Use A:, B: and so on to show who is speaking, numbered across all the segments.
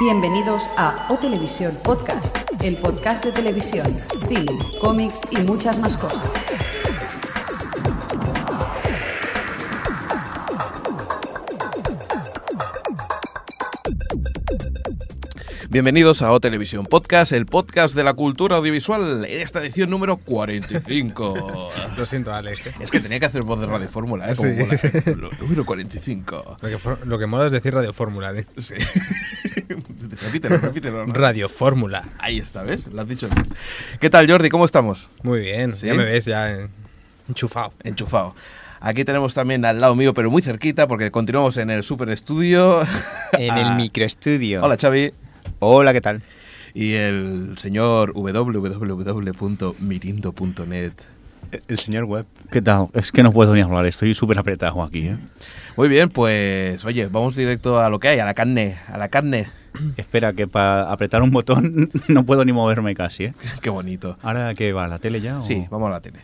A: Bienvenidos a O Televisión Podcast, el podcast de televisión, cine, cómics y muchas más cosas.
B: Bienvenidos a O Televisión Podcast, el podcast de la cultura audiovisual, en esta edición número 45.
C: Lo siento, Alex. ¿eh?
B: es que tenía que hacer voz de Radio Fórmula, ¿eh? Como
C: Sí.
B: mola, ¿eh? Lo- Número 45.
C: Lo que, for- lo que mola es decir Radio Fórmula. ¿eh?
B: Sí. repítelo, repítelo. ¿no?
C: Radio Fórmula.
B: Ahí está, ¿ves? Lo has dicho bien. ¿Qué tal, Jordi? ¿Cómo estamos?
C: Muy bien,
B: ¿Sí?
C: ya me ves, ya eh, enchufado.
B: Enchufado. Aquí tenemos también al lado mío, pero muy cerquita, porque continuamos en el super estudio. Ah,
D: En
C: Ah.
D: el microestudio.
B: Hola, Xavi.
D: Hola, ¿qué tal?
B: Y el señor www.mirindo.net.
D: El señor Web.
E: ¿Qué tal? Es que no puedo ni hablar, estoy súper apretado aquí. ¿eh?
B: Muy bien, pues oye, vamos directo a lo que hay, a la carne, a la carne.
E: Espera, que para apretar un botón no puedo ni moverme casi. ¿eh?
B: Qué bonito.
E: ¿Ahora qué va? ¿La tele ya? o-
B: Sí, vamos a la tele.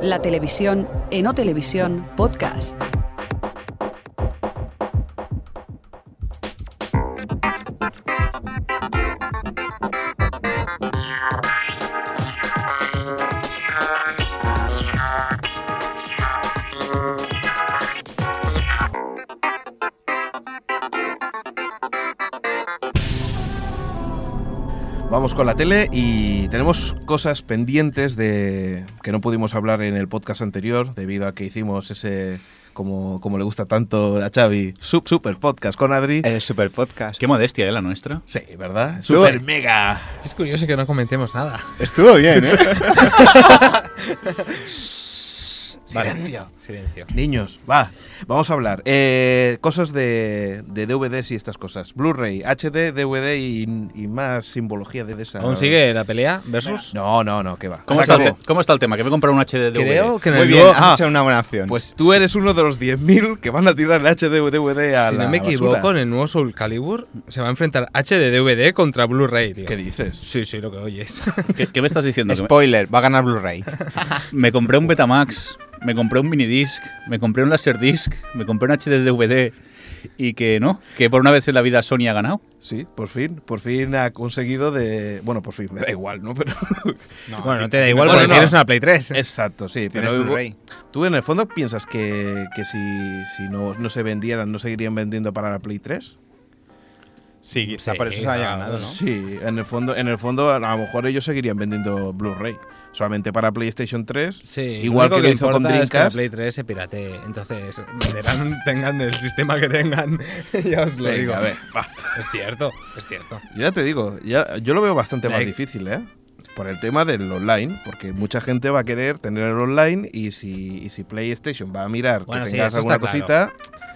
A: La televisión en O Televisión Podcast.
B: Vamos con la tele y tenemos cosas pendientes de que no pudimos hablar en el podcast anterior debido a que hicimos ese como, como le gusta tanto a Xavi, sub, super podcast con Adri.
C: Eh,
D: El super podcast.
E: Qué modestia, ¿eh? La nuestra.
B: Sí, ¿verdad? Super mega.
C: Es curioso que no comentemos nada.
D: Estuvo bien, ¿eh?
B: Silencio.
C: Silencio.
B: Niños, va, vamos a hablar. Eh, cosas de, de DVDs y estas cosas. Blu-ray, HD, DVD y, y más simbología de esa.
C: ¿Aún sigue la pelea versus?
B: No, no, no, que va.
E: ¿Cómo,
B: Se
E: está el,
B: acabó.
E: te- cómo está el tema? Que me he comprado un HD
C: Creo que en
D: Muy
C: el
D: bien,
C: nuevo-
D: has
B: ah,
D: hecho una buena acción.
B: Pues tú eres uno de los 10.000 que van a tirar el HD o DVD a
C: si
B: la
C: no me equivoco,
B: basura.
C: en el nuevo Soul Calibur se va a enfrentar HD DVD contra Blu-ray, tío.
B: ¿Qué dices?
C: Sí, sí, lo que oyes.
E: ¿Qué, qué me estás diciendo? Que me-
D: Spoiler, va a ganar Blu-ray.
E: me compré un Betamax, me compré un minidisc, me compré un Laserdisc, me compré un HD DVD y que no, que por una vez en la vida Sony ha ganado.
B: Sí, por fin, por fin ha conseguido de... Bueno, por fin, me da igual, ¿no? Pero...
C: bueno, no te da igual
B: Bueno,
C: porque
B: no.
C: tienes una Play 3.
B: Exacto, sí.
D: Tienes
B: Pero
D: Blu-ray.
B: tú en el fondo piensas que, que si, si no, no se vendieran, no seguirían vendiendo para la Play 3?
D: Sí, o sea,
C: sí,
D: por eso se haya
C: claro.
D: ganado, ¿no?
B: Sí, en el fondo, en el fondo a lo mejor ellos seguirían vendiendo Blu-ray solamente para PlayStation 3,
C: Sí,
B: igual
C: lo
B: que
C: único
B: lo hizo con
C: importa es que la
B: Dreamcast.
C: Play 3 se piratee. Entonces, venderán, tengan el sistema que tengan. ya os lo
B: Venga,
C: digo.
B: a ver, va.
C: Es cierto, es cierto.
B: Yo ya te digo, ya, yo lo veo bastante más
C: Like.
B: difícil, ¿eh? Por el tema del online, porque mucha gente va a querer tener el online y si, y si PlayStation va a mirar
C: Bueno,
B: que
C: sí,
B: tengas
C: eso
B: alguna
C: está
B: cosita,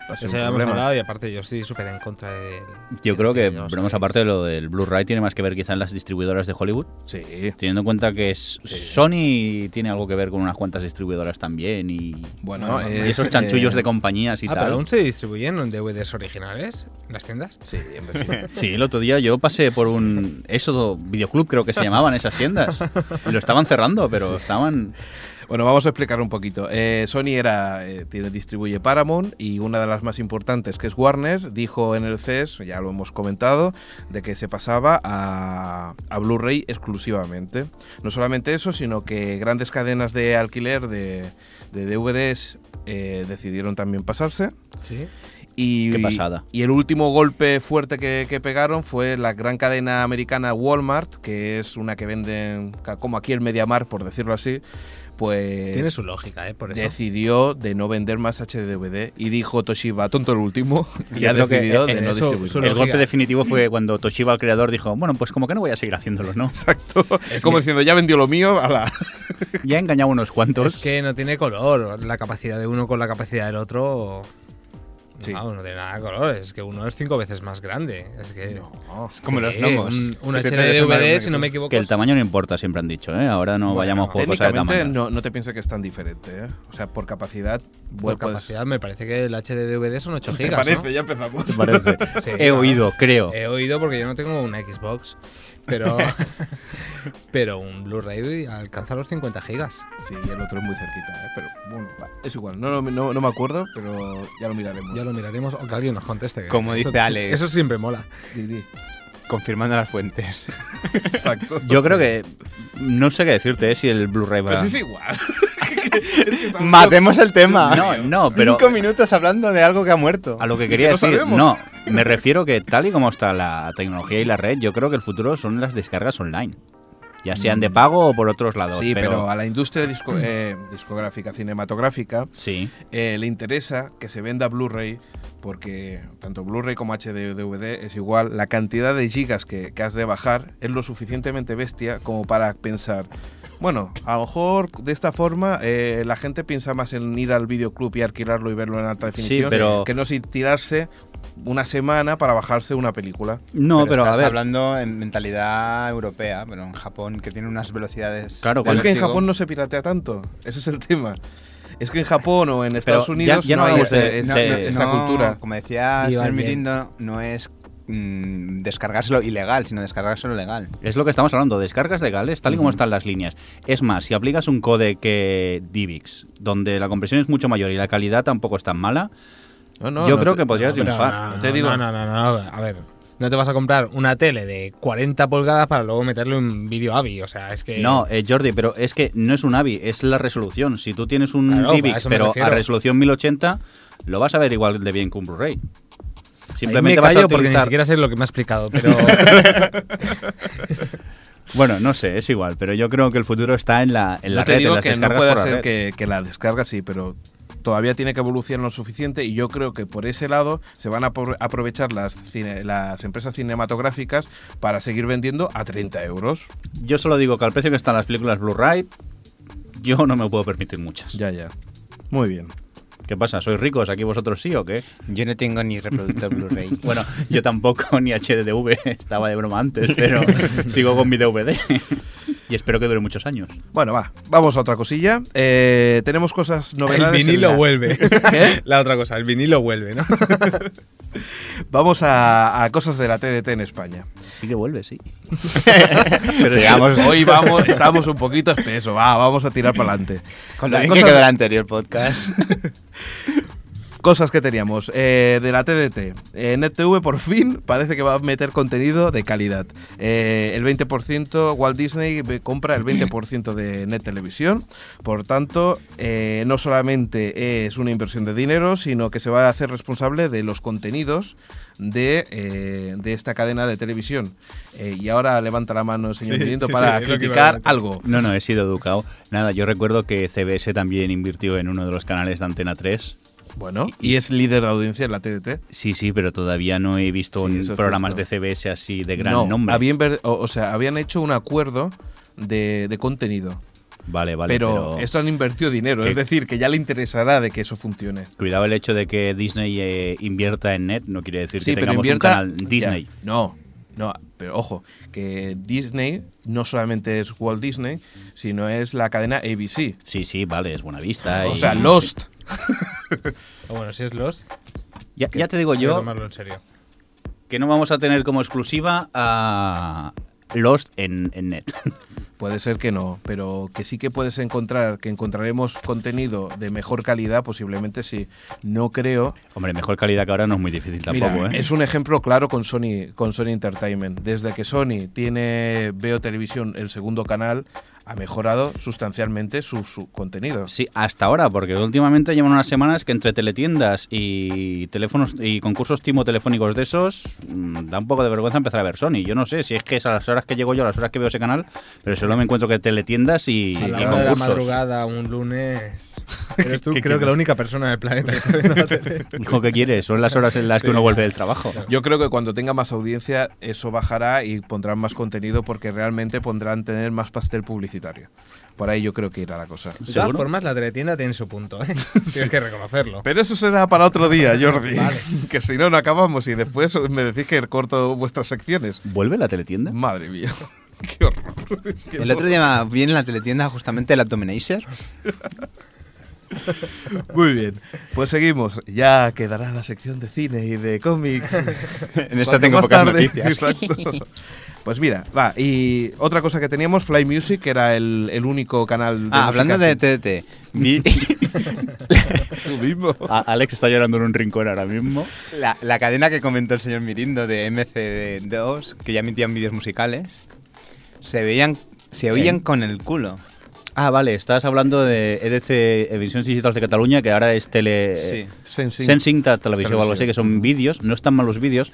B: va a ser
C: Eso
B: un
C: ya hemos
B: problema.
C: hablado y aparte yo estoy súper en contra de...
E: Yo creo que,
C: vamos
E: veremos aparte de lo del Blu-ray, tiene más que ver quizás en las distribuidoras de Hollywood.
B: Sí,
E: Teniendo en cuenta que es- Sony tiene algo que ver con unas cuantas distribuidoras también y,
B: bueno,
C: No, no,
E: y
B: es,
E: esos chanchullos
B: eh,
E: de compañías y
C: Ah,
E: tal.
C: pero aún se distribuyen en DVDs originales en las tiendas.
B: Sí, hombre, sí.
E: Sí, el otro día yo pasé por un eso videoclub creo que se llamaban esas tiendas. Y lo estaban cerrando, pero estaban
B: Bueno, vamos a explicar un poquito. Eh, Sony era, eh, tiene, distribuye Paramount y una de las más importantes, que es Warner, dijo en el CES, ya lo hemos comentado, de que se pasaba a, a Blu-ray exclusivamente. No solamente eso, sino que grandes cadenas de alquiler de, de DVDs eh, decidieron también pasarse.
C: Sí.
B: Y,
E: Qué pasada.
B: Y el último golpe fuerte que, que pegaron fue la gran cadena americana Walmart, que es una que venden, ca- como aquí el Mediamar, por decirlo así, pues
C: Tiene su lógica, ¿eh? Por eso.
B: decidió de no vender más HDVD y dijo Toshiba, tonto el último, y
E: Yo
B: ha
E: creo que
B: decidido
E: en
B: de no
C: eso-
B: distribuir.
C: solo-
E: el
C: Lógica.
E: golpe definitivo fue cuando Toshiba el creador dijo, bueno, pues como que no voy a seguir haciéndolo, ¿no?
B: Exacto. Es como diciendo, ya vendió lo mío, a la...
E: Ya he engañado a unos cuantos.
C: Es que no tiene color. La capacidad de uno con la capacidad del otro...
B: Sí.
C: No, no tiene nada de color. Es que uno es cinco veces más grande. Es que...
D: Es como los
C: Sí,
D: gnomos.
C: Un, un
D: que se
C: HD
D: parecen
C: DVD,
D: más grande
C: si no me
D: que
C: equivoco.
E: Que el tamaño no importa, siempre han dicho, ¿eh? Ahora no
C: Bueno,
E: vayamos por cosas de
B: Técnicamente
E: tamaño.
B: no, no te pienses que es tan diferente. ¿eh? O sea, por capacidad Bueno,
C: por
B: pues-
C: capacidad, me parece que el HD DVD son 8
B: ¿Te
C: gigas.
B: parece?
C: ¿no?
B: Ya empezamos.
E: ¿Te parece?
C: Sí, Eh,
E: He
C: claro.
E: oído, creo.
C: He oído porque yo no tengo una Xbox, pero, pero un Blu-ray alcanza los 50 gigas.
B: Sí, y el otro es muy cerquita, ¿eh? pero bueno, va, es igual. No, no, no, no me acuerdo, pero ya lo miraremos.
C: Ya lo miraremos o que alguien nos conteste. que
D: Como
C: eso-
D: dice Alex.
C: Eso siempre mola.
B: Di, di.
D: Confirmando las fuentes.
B: Exacto.
E: Yo creo que. No sé qué decirte, ¿eh? Si el Blu-ray va.
B: Pero sí es igual.
D: Matemos el tema.
E: No, no, pero.
D: Cinco minutos hablando de algo que ha muerto.
E: A lo que quería
B: no
E: decir,
B: sabemos.
E: no, me refiero que tal y como está la tecnología y la red, yo creo que el futuro son las descargas online, ya sean de pago o por otros lados.
B: Sí, pero, a la industria disco- eh, discográfica, cinematográfica,
E: sí,
B: eh, le interesa que se venda Blu-ray porque tanto Blu-ray como HD DVD es igual. La cantidad de gigas que, que has de bajar es lo suficientemente bestia como para pensar. Bueno, a lo mejor de esta forma eh, la gente piensa más en ir al videoclub y alquilarlo y verlo en alta
E: Sí,
B: definición
E: pero-
B: que no sin tirarse una semana para bajarse una película.
E: no, pero, a
D: estás
E: ver,
D: hablando en mentalidad europea, pero en Japón, que tiene unas velocidades.
E: Claro,
D: de
B: Es que en
D: vértigo.
B: Japón no se piratea tanto. Ese es el tema. Es que en Japón o en
E: Pero
B: Estados
E: ya-
B: Unidos
E: ya no
B: no, hay
E: hablamos
B: ese-
E: de-
B: esa-
E: de-
D: no,
B: esa
D: no,
B: cultura.
D: Como decía el
C: Iba
D: señor
C: bien.
D: Mirindo, no es mm, descargárselo ilegal, sino descargárselo legal.
E: es lo que estamos hablando, descargas legales, tal y como
D: Ujú.
E: están las líneas. Es más, si aplicas un codec que DivX, donde la compresión es mucho mayor y la calidad tampoco es tan mala,
B: No, no,
E: yo
B: no
E: creo
B: te-
E: que podrías
C: No, pero
E: triunfar.
C: No, no,
B: Te digo-
C: no, no, no, no, a ver. No te vas a comprar una tele de 40 pulgadas para luego meterle un vídeo AVI, o sea, es que...
E: No, eh, Jordi, pero es que no es un AVI, es la resolución. Si tú tienes un
C: Claro, a
E: DivX,
C: eso me
E: pero a
C: refiero.
E: resolución 1080, lo vas a ver igual de bien que un Blu-ray.
C: Ahí
E: Simplemente
C: me
E: vas a
C: callo porque ni
E: utilizar...
C: siquiera sé lo que me ha explicado, pero...
E: Bueno, no sé, es igual, pero yo creo que el futuro está en la, en la
B: Yo te
E: red, en
B: digo
E: las
B: que no
E: descargas
B: puede
E: por la
B: ser
E: red.
B: que, que la descarga sí, pero todavía tiene que evolucionar lo suficiente y yo creo que por ese lado se van a apro- aprovechar las, cine- las empresas cinematográficas para seguir vendiendo a 30 euros.
E: Yo solo digo que al precio que están las películas Blu-ray, yo no me puedo permitir muchas.
B: Ya, ya. Muy bien.
E: ¿Qué pasa? ¿Sois ricos? ¿Aquí vosotros sí o qué?
D: Yo no tengo ni reproductor Blu-ray.
E: Bueno, yo tampoco ni HDV, estaba de broma antes, pero sigo con mi DVD. y espero que dure muchos años.
B: Bueno, va. Vamos a otra cosilla. Eh, tenemos cosas
C: el
B: novedades. en
C: vinilo
B: la- ¿Eh?
C: vuelve. ¿Eh?
B: ¿Qué?
C: La otra cosa, el vinilo vuelve, ¿no?
B: Vamos a, a cosas de la TDT en España.
E: Sí que vuelve, sí.
C: Pues
D: Sigamos.
B: Hoy vamos, estamos un poquito espeso. Va, vamos a tirar para adelante.
D: Con lo
B: Las
D: bien que
B: cosas-
D: quedó el anterior podcast.
B: Cosas que teníamos eh, de la TDT. Eh, NetTV por fin parece que va a meter contenido de calidad. Eh, el 20%, Walt Disney ve- compra el 20% de Net Televisión. Por tanto, eh, no solamente es una inversión de dinero, sino que se va a hacer responsable de los contenidos de, eh, de esta cadena de televisión. Eh, y ahora levanta la mano el señor
C: Sí,
B: Mirindo
C: sí,
B: para
C: sí, es lo que iba a
B: criticar
C: comentar.
B: algo.
E: No, no, he sido educado. Nada, yo recuerdo que CBS también invirtió en uno de los canales de Antena 3.
B: Bueno, y es líder de audiencia en la TDT.
E: Sí, sí, pero todavía no he visto
B: Sí,
E: un-
B: eso es
E: programas de
B: cierto.
E: CBS así de gran
B: no,
E: nombre.
B: Habían ver- o, o sea, habían hecho un acuerdo de, de contenido.
E: Vale, vale,
B: pero,
E: pero,
B: esto han invertido dinero,
E: ¿Qué?
B: es decir, que ya le interesará de que eso funcione.
E: cuidado el hecho de que Disney eh, invierta en net, no quiere decir que tengamos un canal Disney.
B: ya. No, no, pero ojo, que Disney no solamente es Walt Disney, sino es la cadena ABC.
E: Sí, sí, vale, es buena vista.
B: O
E: y-
B: sea, Lost.
C: bueno, si es Lost,
E: Ya, ya te digo
C: hay que
E: yo
C: tomarlo en serio.
E: que no vamos a tener como exclusiva a Lost en, en net.
B: Puede ser que no, pero que sí que puedes encontrar, que encontraremos contenido de mejor calidad, posiblemente sí. No creo
E: Hombre, mejor calidad que ahora no es muy difícil tampoco,
B: Mira,
E: ¿eh?
B: Es un ejemplo claro con Sony, con Sony Entertainment. Desde que Sony tiene Veo Televisión, el segundo canal, ha mejorado sustancialmente su, su contenido.
E: Pues Sí, hasta ahora, porque últimamente llevan unas semanas que entre teletiendas y teléfonos y concursos timo telefónicos de esos, mm, da un poco de vergüenza empezar a ver Sony. Yo no sé si es que es a las horas que llego yo, a las horas que veo ese canal, pero solo me encuentro que teletiendas y, y
C: a la hora de la
E: concursos.
C: madrugada, un lunes. Eres tú,
D: ¿Qué
C: creo que
D: quieres?
C: la única persona del planeta que está viendo la tele.
E: Hijo, ¿qué quieres? Son las horas en las que uno vuelve del trabajo.
B: Yo creo que cuando tenga más audiencia, eso bajará y pondrán más contenido porque realmente pondrán tener más pastel publicitario. Por ahí yo creo que irá la cosa.
C: De todas
E: ¿Seguro?
C: formas, la teletienda tiene su punto, ¿eh? Tienes que reconocerlo.
B: Pero eso será para otro día, Jordi. Que si no, no acabamos y después me decís que corto vuestras secciones.
E: ¿Vuelve la teletienda?
B: Madre mía. Qué horror. Es que
D: El otro día vi en la teletienda justamente el Abdominizer.
B: Muy bien, pues seguimos. Ya quedará la sección de cine y de cómics.
D: En
B: Cuanto
D: esta tengo
B: más
D: pocas
B: tarde.
D: noticias.
B: Exacto. Pues mira, va, y otra cosa que teníamos, Fly Music, que era el, el único canal de
D: Ah, hablando de
B: música
D: TDT, vi
B: sin- tú mismo.
D: Ah,
E: A- Alex está llorando en un rincón ahora mismo.
D: la, la cadena que comentó el señor Mirindo de MC2, que ya emitían vídeos musicales, se veían, se oían con el culo.
E: Ah, vale, estás hablando de E EDC, Emisiones Digitales de Cataluña, que ahora es Tele...
D: Sí.
B: Sensing.
E: Sensing Ta- Televisión o algo
B: Televisión.
E: así, que son vídeos, no están mal los vídeos.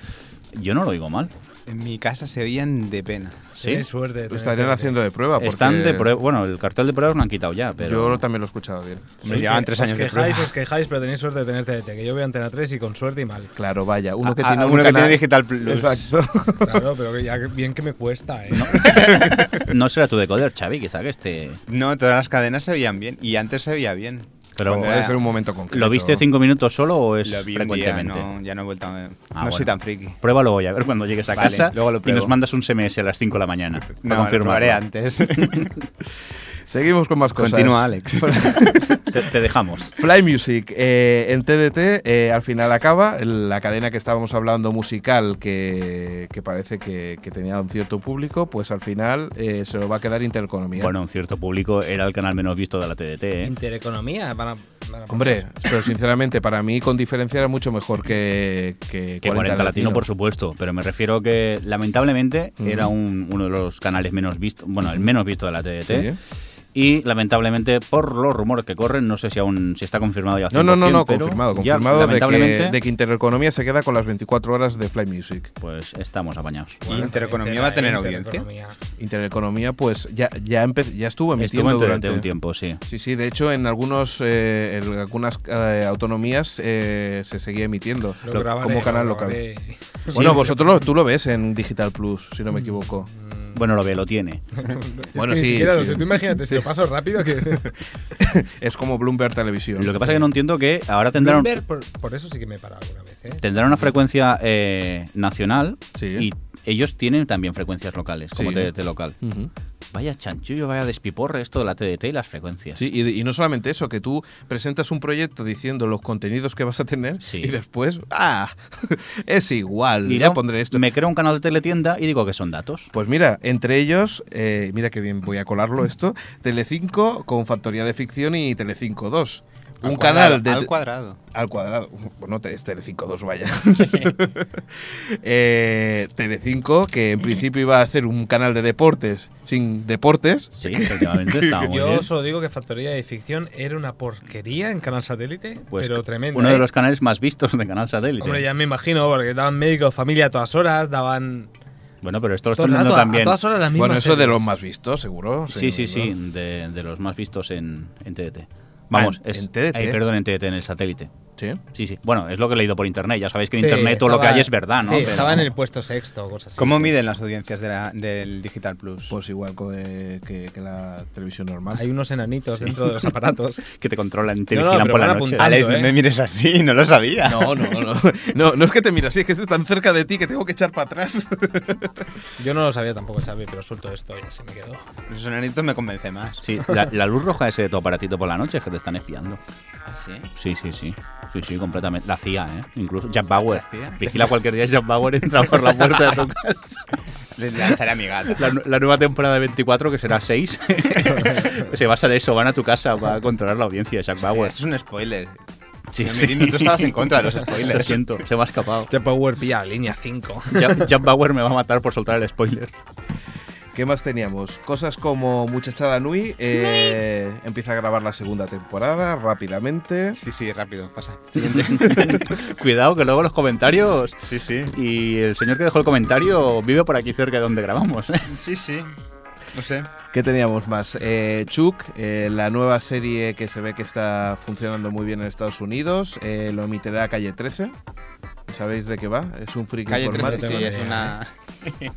E: Yo no lo digo mal.
D: En mi casa se oían de pena.
E: ¿Sí?
C: Tienes suerte. de
B: Lo
C: tener
B: estarían
C: TDT.
B: haciendo de prueba. Porque
E: Están de prueba. Bueno, el cartel de pruebas lo han quitado ya, pero.
B: Yo también lo he escuchado bien.
D: Me
C: Os
D: llevaban
C: que-
D: tres años
C: os
D: de
C: quejáis,
D: prueba.
C: os quejáis, pero tenéis suerte de tener TDT, que yo veo Antena 3 y con suerte y mal.
B: Claro, vaya, uno que
D: Ah,
B: tiene un
D: uno que
B: canal-
D: tiene Digital Plus.
B: Exacto.
C: Claro, pero que ya que- bien que me cuesta, ¿eh?
E: No será tu decoder, Xavi, quizá que este, esté.
D: No, todas las cadenas se veían bien. Y antes se veía bien.
E: Pero
D: Cuando
B: Puede
D: era-
B: ser un momento concreto.
E: ¿Lo viste cinco minutos solo o es
D: Lo vi un día,
E: pues frecuentemente?
D: no, ya no he vuelto a... no
E: Ah, bueno.
D: soy tan friki.
E: Pruébalo hoy, a ver cuando llegues a
D: Vale,
E: casa
D: luego lo
E: y nos
D: pruebo.
E: mandas un SMS a las 5 de la mañana.
D: No,
E: Para
D: lo probaré
E: confirmar.
D: antes.
B: Seguimos con más cosas.
D: Continúa, Alex.
E: Te, te dejamos.
B: Fly Music eh, en TDT eh, al final acaba el- la cadena que estábamos hablando musical que, que parece que, que tenía un cierto público pues al final eh, se lo va a quedar Intereconomía
E: Bueno, un cierto público era el canal menos visto de la TDT, ¿eh?
C: Intereconomía, van a- van a-
B: hombre pero sinceramente para mí con diferencia era mucho mejor que que,
E: Que 40, Latino, por
B: supuesto.
E: supuesto, pero me refiero que lamentablemente era un- uno de los canales menos visto, bueno, el menos visto de la TDT. Y lamentablemente, por los rumores que corren, no sé si aún si está confirmado ya.
B: no, no, no,
E: 100%,
B: no,
E: pero
B: confirmado,
E: ya,
B: confirmado de
E: lamentablemente,
B: que, de que Intereconomía se queda con las 24 horas de Fly Music.
E: Pues estamos apañados.
D: Bueno, Intereconomía va a tener audiencia.
C: Intereconomía.
B: Intereconomía pues ya ya, empe- ya estuvo
E: Estuvo
B: emitiendo
E: en TDT
B: durante
E: un tiempo, sí.
B: Sí, sí, de hecho en algunos eh, en algunas eh, autonomías eh, se seguía emitiendo
C: Lo
B: lo-
C: grabaré,
B: como
C: lo
B: canal local.
C: grabaré.
B: Bueno, vosotros lo- tú lo ves en Digital Plus, si no me equivoco.
C: Mm.
E: Bueno, lo ve, lo tiene.
C: Es
B: Bueno,
C: que ni
B: sí,
C: siquiera lo
B: sí.
C: sé. Tú imagínate, si lo paso rápido que...
B: Es como Bloomberg Televisión.
E: Lo que pasa es que no entiendo que ahora tendrán,
C: Bloomberg, por, por eso sí que me he parado alguna vez, ¿eh?
E: tendrán una frecuencia eh, nacional
B: Sí.
E: y ellos tienen también frecuencias locales, como
B: Sí.
E: TDT local.
B: Ujú.
E: Vaya chanchullo, vaya despiporre esto de la TDT y las frecuencias.
B: Sí, y, y no solamente eso, que tú presentas un proyecto diciendo los contenidos que vas a tener
E: Sí.
B: y después, ¡ah! es igual,
E: Y
B: ya
E: no,
B: pondré esto.
E: Me creo un canal de teletienda y digo que son datos.
B: Pues mira, entre ellos, eh, mira que bien voy a
D: Mm.
B: colarlo esto, Telecinco con Factoría de Ficción y Telecinco 2.
D: Al
B: Un
D: cuadrado,
B: canal de...
D: Al cuadrado.
B: Al cuadrado. Bueno, te- es Telecinco 2, vaya. eh, Telecinco, que en principio iba a hacer un canal de deportes sin deportes.
E: Sí, efectivamente, está muy bien.
C: Yo solo digo que Factoría de Ficción era una porquería en Canal Satélite,
E: Pues
C: pero tremendo.
E: Uno
C: ¿eh?
E: de los canales más vistos de Canal Satélite.
C: Hombre, ya me imagino, porque daban médicos, familia a todas horas, daban...
E: Bueno, pero esto lo
C: Todo
E: están
C: el rato, a-
E: dando Pues también.
C: a todas horas las mismas
B: Bueno, eso de
C: series.
B: los más vistos, seguro.
E: Sí, sí, sí,
B: ¿no?
E: de, de los más vistos en, en TDT. Vamos,
B: Ah,
E: es,
B: en TDT.
C: ¿eh?
E: ay, perdón, en TDT, en el satélite.
B: Sí.
E: Sí, sí. Bueno, es lo que he leído por internet. Ya sabéis que en
C: Sí,
E: internet todo lo que
C: estaba-
E: hay es verdad, ¿no?
C: Sí,
E: Pero-
C: estaba en el puesto sexto, cosas así.
D: ¿Cómo miden las audiencias de la- del Digital Plus?
B: Pues igual co- eh, que, que la televisión normal.
C: Hay unos enanitos dentro de los aparatos.
E: Que te controlan, te
C: No, no,
E: vigilan
C: pero
E: por la
C: van
E: noche.
C: apuntando.
D: Alex, no
C: ¿eh?
D: me mires así, no lo sabía.
B: No, no, no, no. No, no es que te miras, sí, es que estoy tan cerca de ti que tengo que echar para atrás.
C: Yo no lo sabía tampoco, Xavi, pero suelto esto y así me quedo.
D: Los enanitos me convence más.
E: Sí, la, la luz roja ese de tu aparatito por la noche es que te están espiando.
D: ¿Ah, sí?
E: Sí, sí, sí. Sí, sí, completamente. La CIA, ¿eh? Incluso Jack Bauer.
D: La CIA.
E: Vigila cualquier día Jack Bauer entra por la puerta de tu casa.
D: Les lanzaré a mi gata.
E: La, nu- la nueva temporada de 24, que será 6, se basa en eso. Van a tu casa para controlar la audiencia de Jack Bauer.
D: Eso es un spoiler.
E: Sí,
D: Señor
E: sí.
D: Mirindo, tú estabas en contra de los
E: Lo
D: spoilers.
E: siento, se me ha escapado.
C: Ya Este Power pilla línea 5.
E: Jack, Jack Bauer me va a matar por soltar el spoiler.
B: ¿Qué más teníamos? Cosas como Muchachada Nui eh, empieza a grabar la segunda temporada rápidamente.
D: Sí, sí, rápido, pasa.
E: Cuidado, que luego los comentarios.
D: Sí, sí.
E: Y el señor que dejó el comentario vive por aquí cerca de donde grabamos. ¿eh?
D: Sí, sí. No sé.
B: ¿Qué teníamos más? Eh, Chuck, eh, la nueva serie que se ve que está funcionando muy bien en Estados Unidos, eh, lo emitirá Calle 13. ¿Sabéis de qué va? Es un freak
D: Calle
B: informático.
D: 13, sí,
C: tengo
D: es
C: ni idea,
D: una.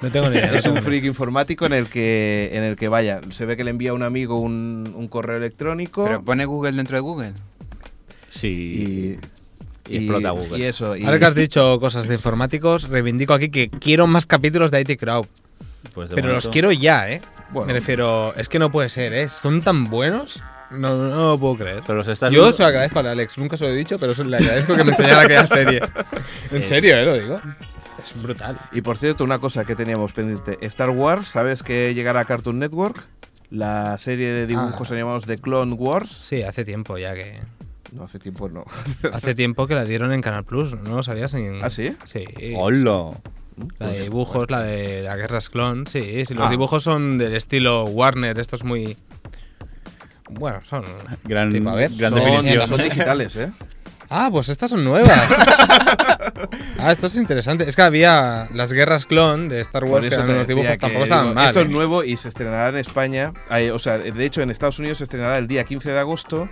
C: No tengo ni idea. no
B: Es un
C: tengo ni idea.
B: freak informático en el que en el que vaya, se ve que le envía a un amigo un, un correo electrónico
D: Pero pues, pone Google dentro de Google.
E: Sí.
B: y,
E: y explota Google.
B: y eso. y-
C: Ahora que has dicho cosas de informáticos, reivindico aquí que quiero más capítulos de IT Crowd.
E: pues de
C: Pero los
E: momento-
C: quiero ya, ¿eh?
B: Bueno.
C: Me refiero, es que no puede ser, ¿eh? Son tan buenos. No, no lo puedo creer.
E: Te los estás
C: Yo
E: viendo-
C: se lo agradezco a Alex, nunca se lo he dicho, pero se le agradezco que me enseñara aquella serie. En serio, eh, lo digo. Es brutal.
B: Y por cierto, una cosa que teníamos pendiente: Star Wars, ¿sabes que llegará a Cartoon Network? La serie de dibujos
C: Ah.
B: animados de Clone Wars.
C: Sí, hace tiempo ya que.
B: No, hace tiempo no.
C: Hace tiempo que la dieron en Canal Plus, ¿no lo sabías? En...
B: ¿Ah, sí?
C: Sí.
E: ¡Hola!
C: La de dibujos, la de la guerra es clon, sí, sí, Los
B: Ah.
C: dibujos son del estilo Warner, estos muy. Bueno, son.
E: Gran,
C: Tipo, a ver,
E: gran
B: son,
E: definición.
B: son digitales, ¿eh?
C: Ah, pues estas son nuevas. ah, esto es interesante. Es que había las guerras clon de Star
B: Por
C: Wars, que
B: eso
C: eran
B: te
C: unos
B: decía
C: dibujos
B: que,
C: tampoco estaban
B: digo,
C: mal.
B: Esto es
C: ¿eh?
B: nuevo y se estrenará en España. eh, o sea, de hecho, en Estados Unidos se estrenará el día 15 de agosto.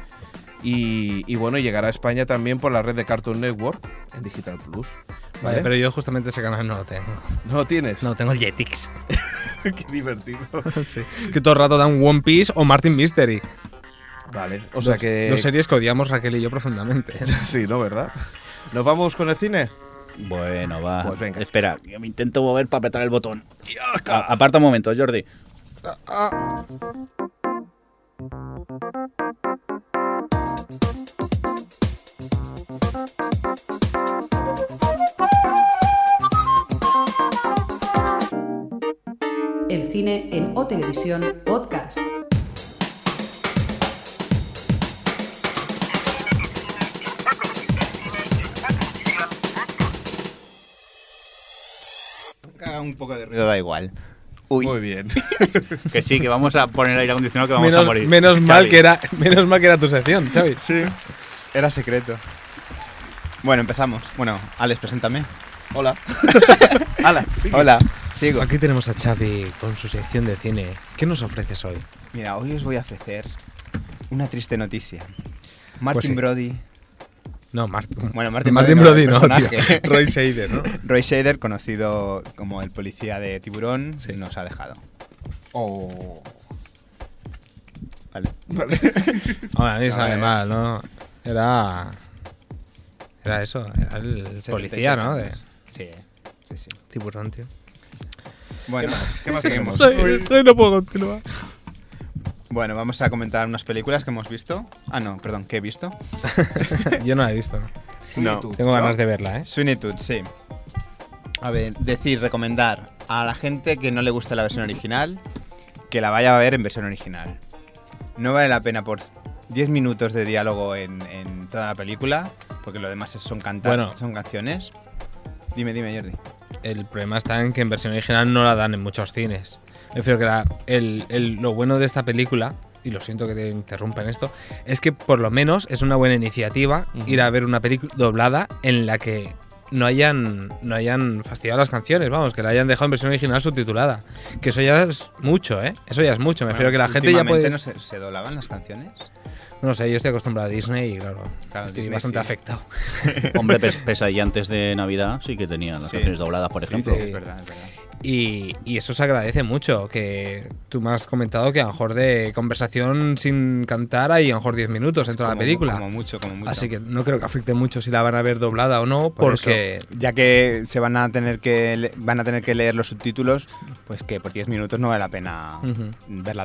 B: Y, y bueno, llegará a España también por la red de Cartoon Network en Digital Plus.
C: Vale,
B: ¿vale?
C: pero yo justamente ese canal no lo tengo.
B: No lo tienes.
C: No, tengo el Jetix.
B: Qué divertido.
C: Sí. Que todo el rato dan One Piece o Martin Mystery.
B: Vale, o sea
C: Dos-
B: que.
C: Dos series que odiamos Raquel y yo profundamente.
B: Sí, ¿no? ¿Verdad? ¿Nos vamos con el cine?
E: Bueno, va.
B: Pues venga.
E: Espera, yo me intento mover para apretar el botón. A- aparta un momento, Jordi.
A: El cine en O Televisión Podcast.
D: Haga Un poco de ruido da igual. Uy.
B: Muy bien.
E: Que sí, que vamos a poner aire acondicionado que vamos a
C: menos,
E: morir.
C: menos mal
E: Xavi.
C: que era, menos mal que era tu sección, Xavi.
D: Sí, era secreto. Bueno, empezamos. Bueno, Alex, preséntame.
B: Hola. Hola.
D: Hola, sigo.
C: Aquí tenemos a Xavi con su sección de cine. ¿Qué nos ofreces hoy?
D: Mira, hoy os voy a ofrecer una triste noticia. Martin
C: Pues sí.
D: Brody,
C: No, Martin.
D: Bueno, Martin
C: Martin
D: Brody
C: Brody,
D: no,
C: no,
D: el
C: tío.
D: personaje.
C: Roy Shader, ¿no?
D: Roy Shader, conocido como el policía de Tiburón,
C: Sí.
D: nos ha dejado.
B: Oh.
D: Vale.
C: Hombre, a mí me
D: No,
C: sabe
D: eh.
C: mal, ¿no? Era. Era eso, era el policía,
D: 76
C: ¿no? De
D: años. Sí, sí, sí.
C: tiburón, tío.
D: Bueno,
B: ¿Qué más
D: seguimos.
C: no puedo continuar.
D: Bueno, vamos a comentar unas películas que hemos visto. Ah, no, perdón, que he visto.
C: Yo no la he visto. ¿no?
D: No.
B: Tú,
C: Tengo
B: ¿no?
C: ganas de verla, ¿eh?
D: Sweeney Todd, sí. A ver, decir, recomendar a la gente que no le gusta la versión original, que la vaya a ver en versión original. No vale la pena por 10 minutos de diálogo en, en toda la película, porque lo demás es- son cantar,
C: Bueno.
D: son canciones. Dime, dime, Jordi.
C: El problema está en que en versión original no la dan en muchos cines. Me refiero que la- el- el- lo bueno de esta película, y lo siento que te interrumpa en esto, es que por lo menos es una buena iniciativa ir a ver una película doblada en la que no hayan, no hayan fastidiado las canciones, vamos, que la hayan dejado en versión original subtitulada. Que eso ya es mucho, ¿eh? Eso ya es mucho. Me refiero que la gente ya
D: Últimamente
C: puede.
D: no se, se doblaban las canciones.
C: No sé, yo estoy acostumbrado a Disney y claro,
D: Claro,
C: estoy
D: Disney
C: bastante
D: sí.
C: afectado.
E: Hombre, pes- pesadilla antes de Navidad sí que tenía las
D: Sí.
E: canciones dobladas, por
D: Sí,
E: ejemplo.
D: sí, es verdad, es verdad.
C: Y, y eso se agradece mucho, que tú me has comentado que a lo mejor de conversación sin cantar hay a lo mejor 10 minutos dentro de la
D: Como-
C: película.
D: Como mucho, como mucho.
C: Así que no creo que afecte mucho si la van a ver doblada o no,
D: Por
C: porque...
D: eso, ya que se van a tener que le- van a tener que leer los subtítulos, pues que por 10 minutos no vale la pena
C: Ujú.
D: verla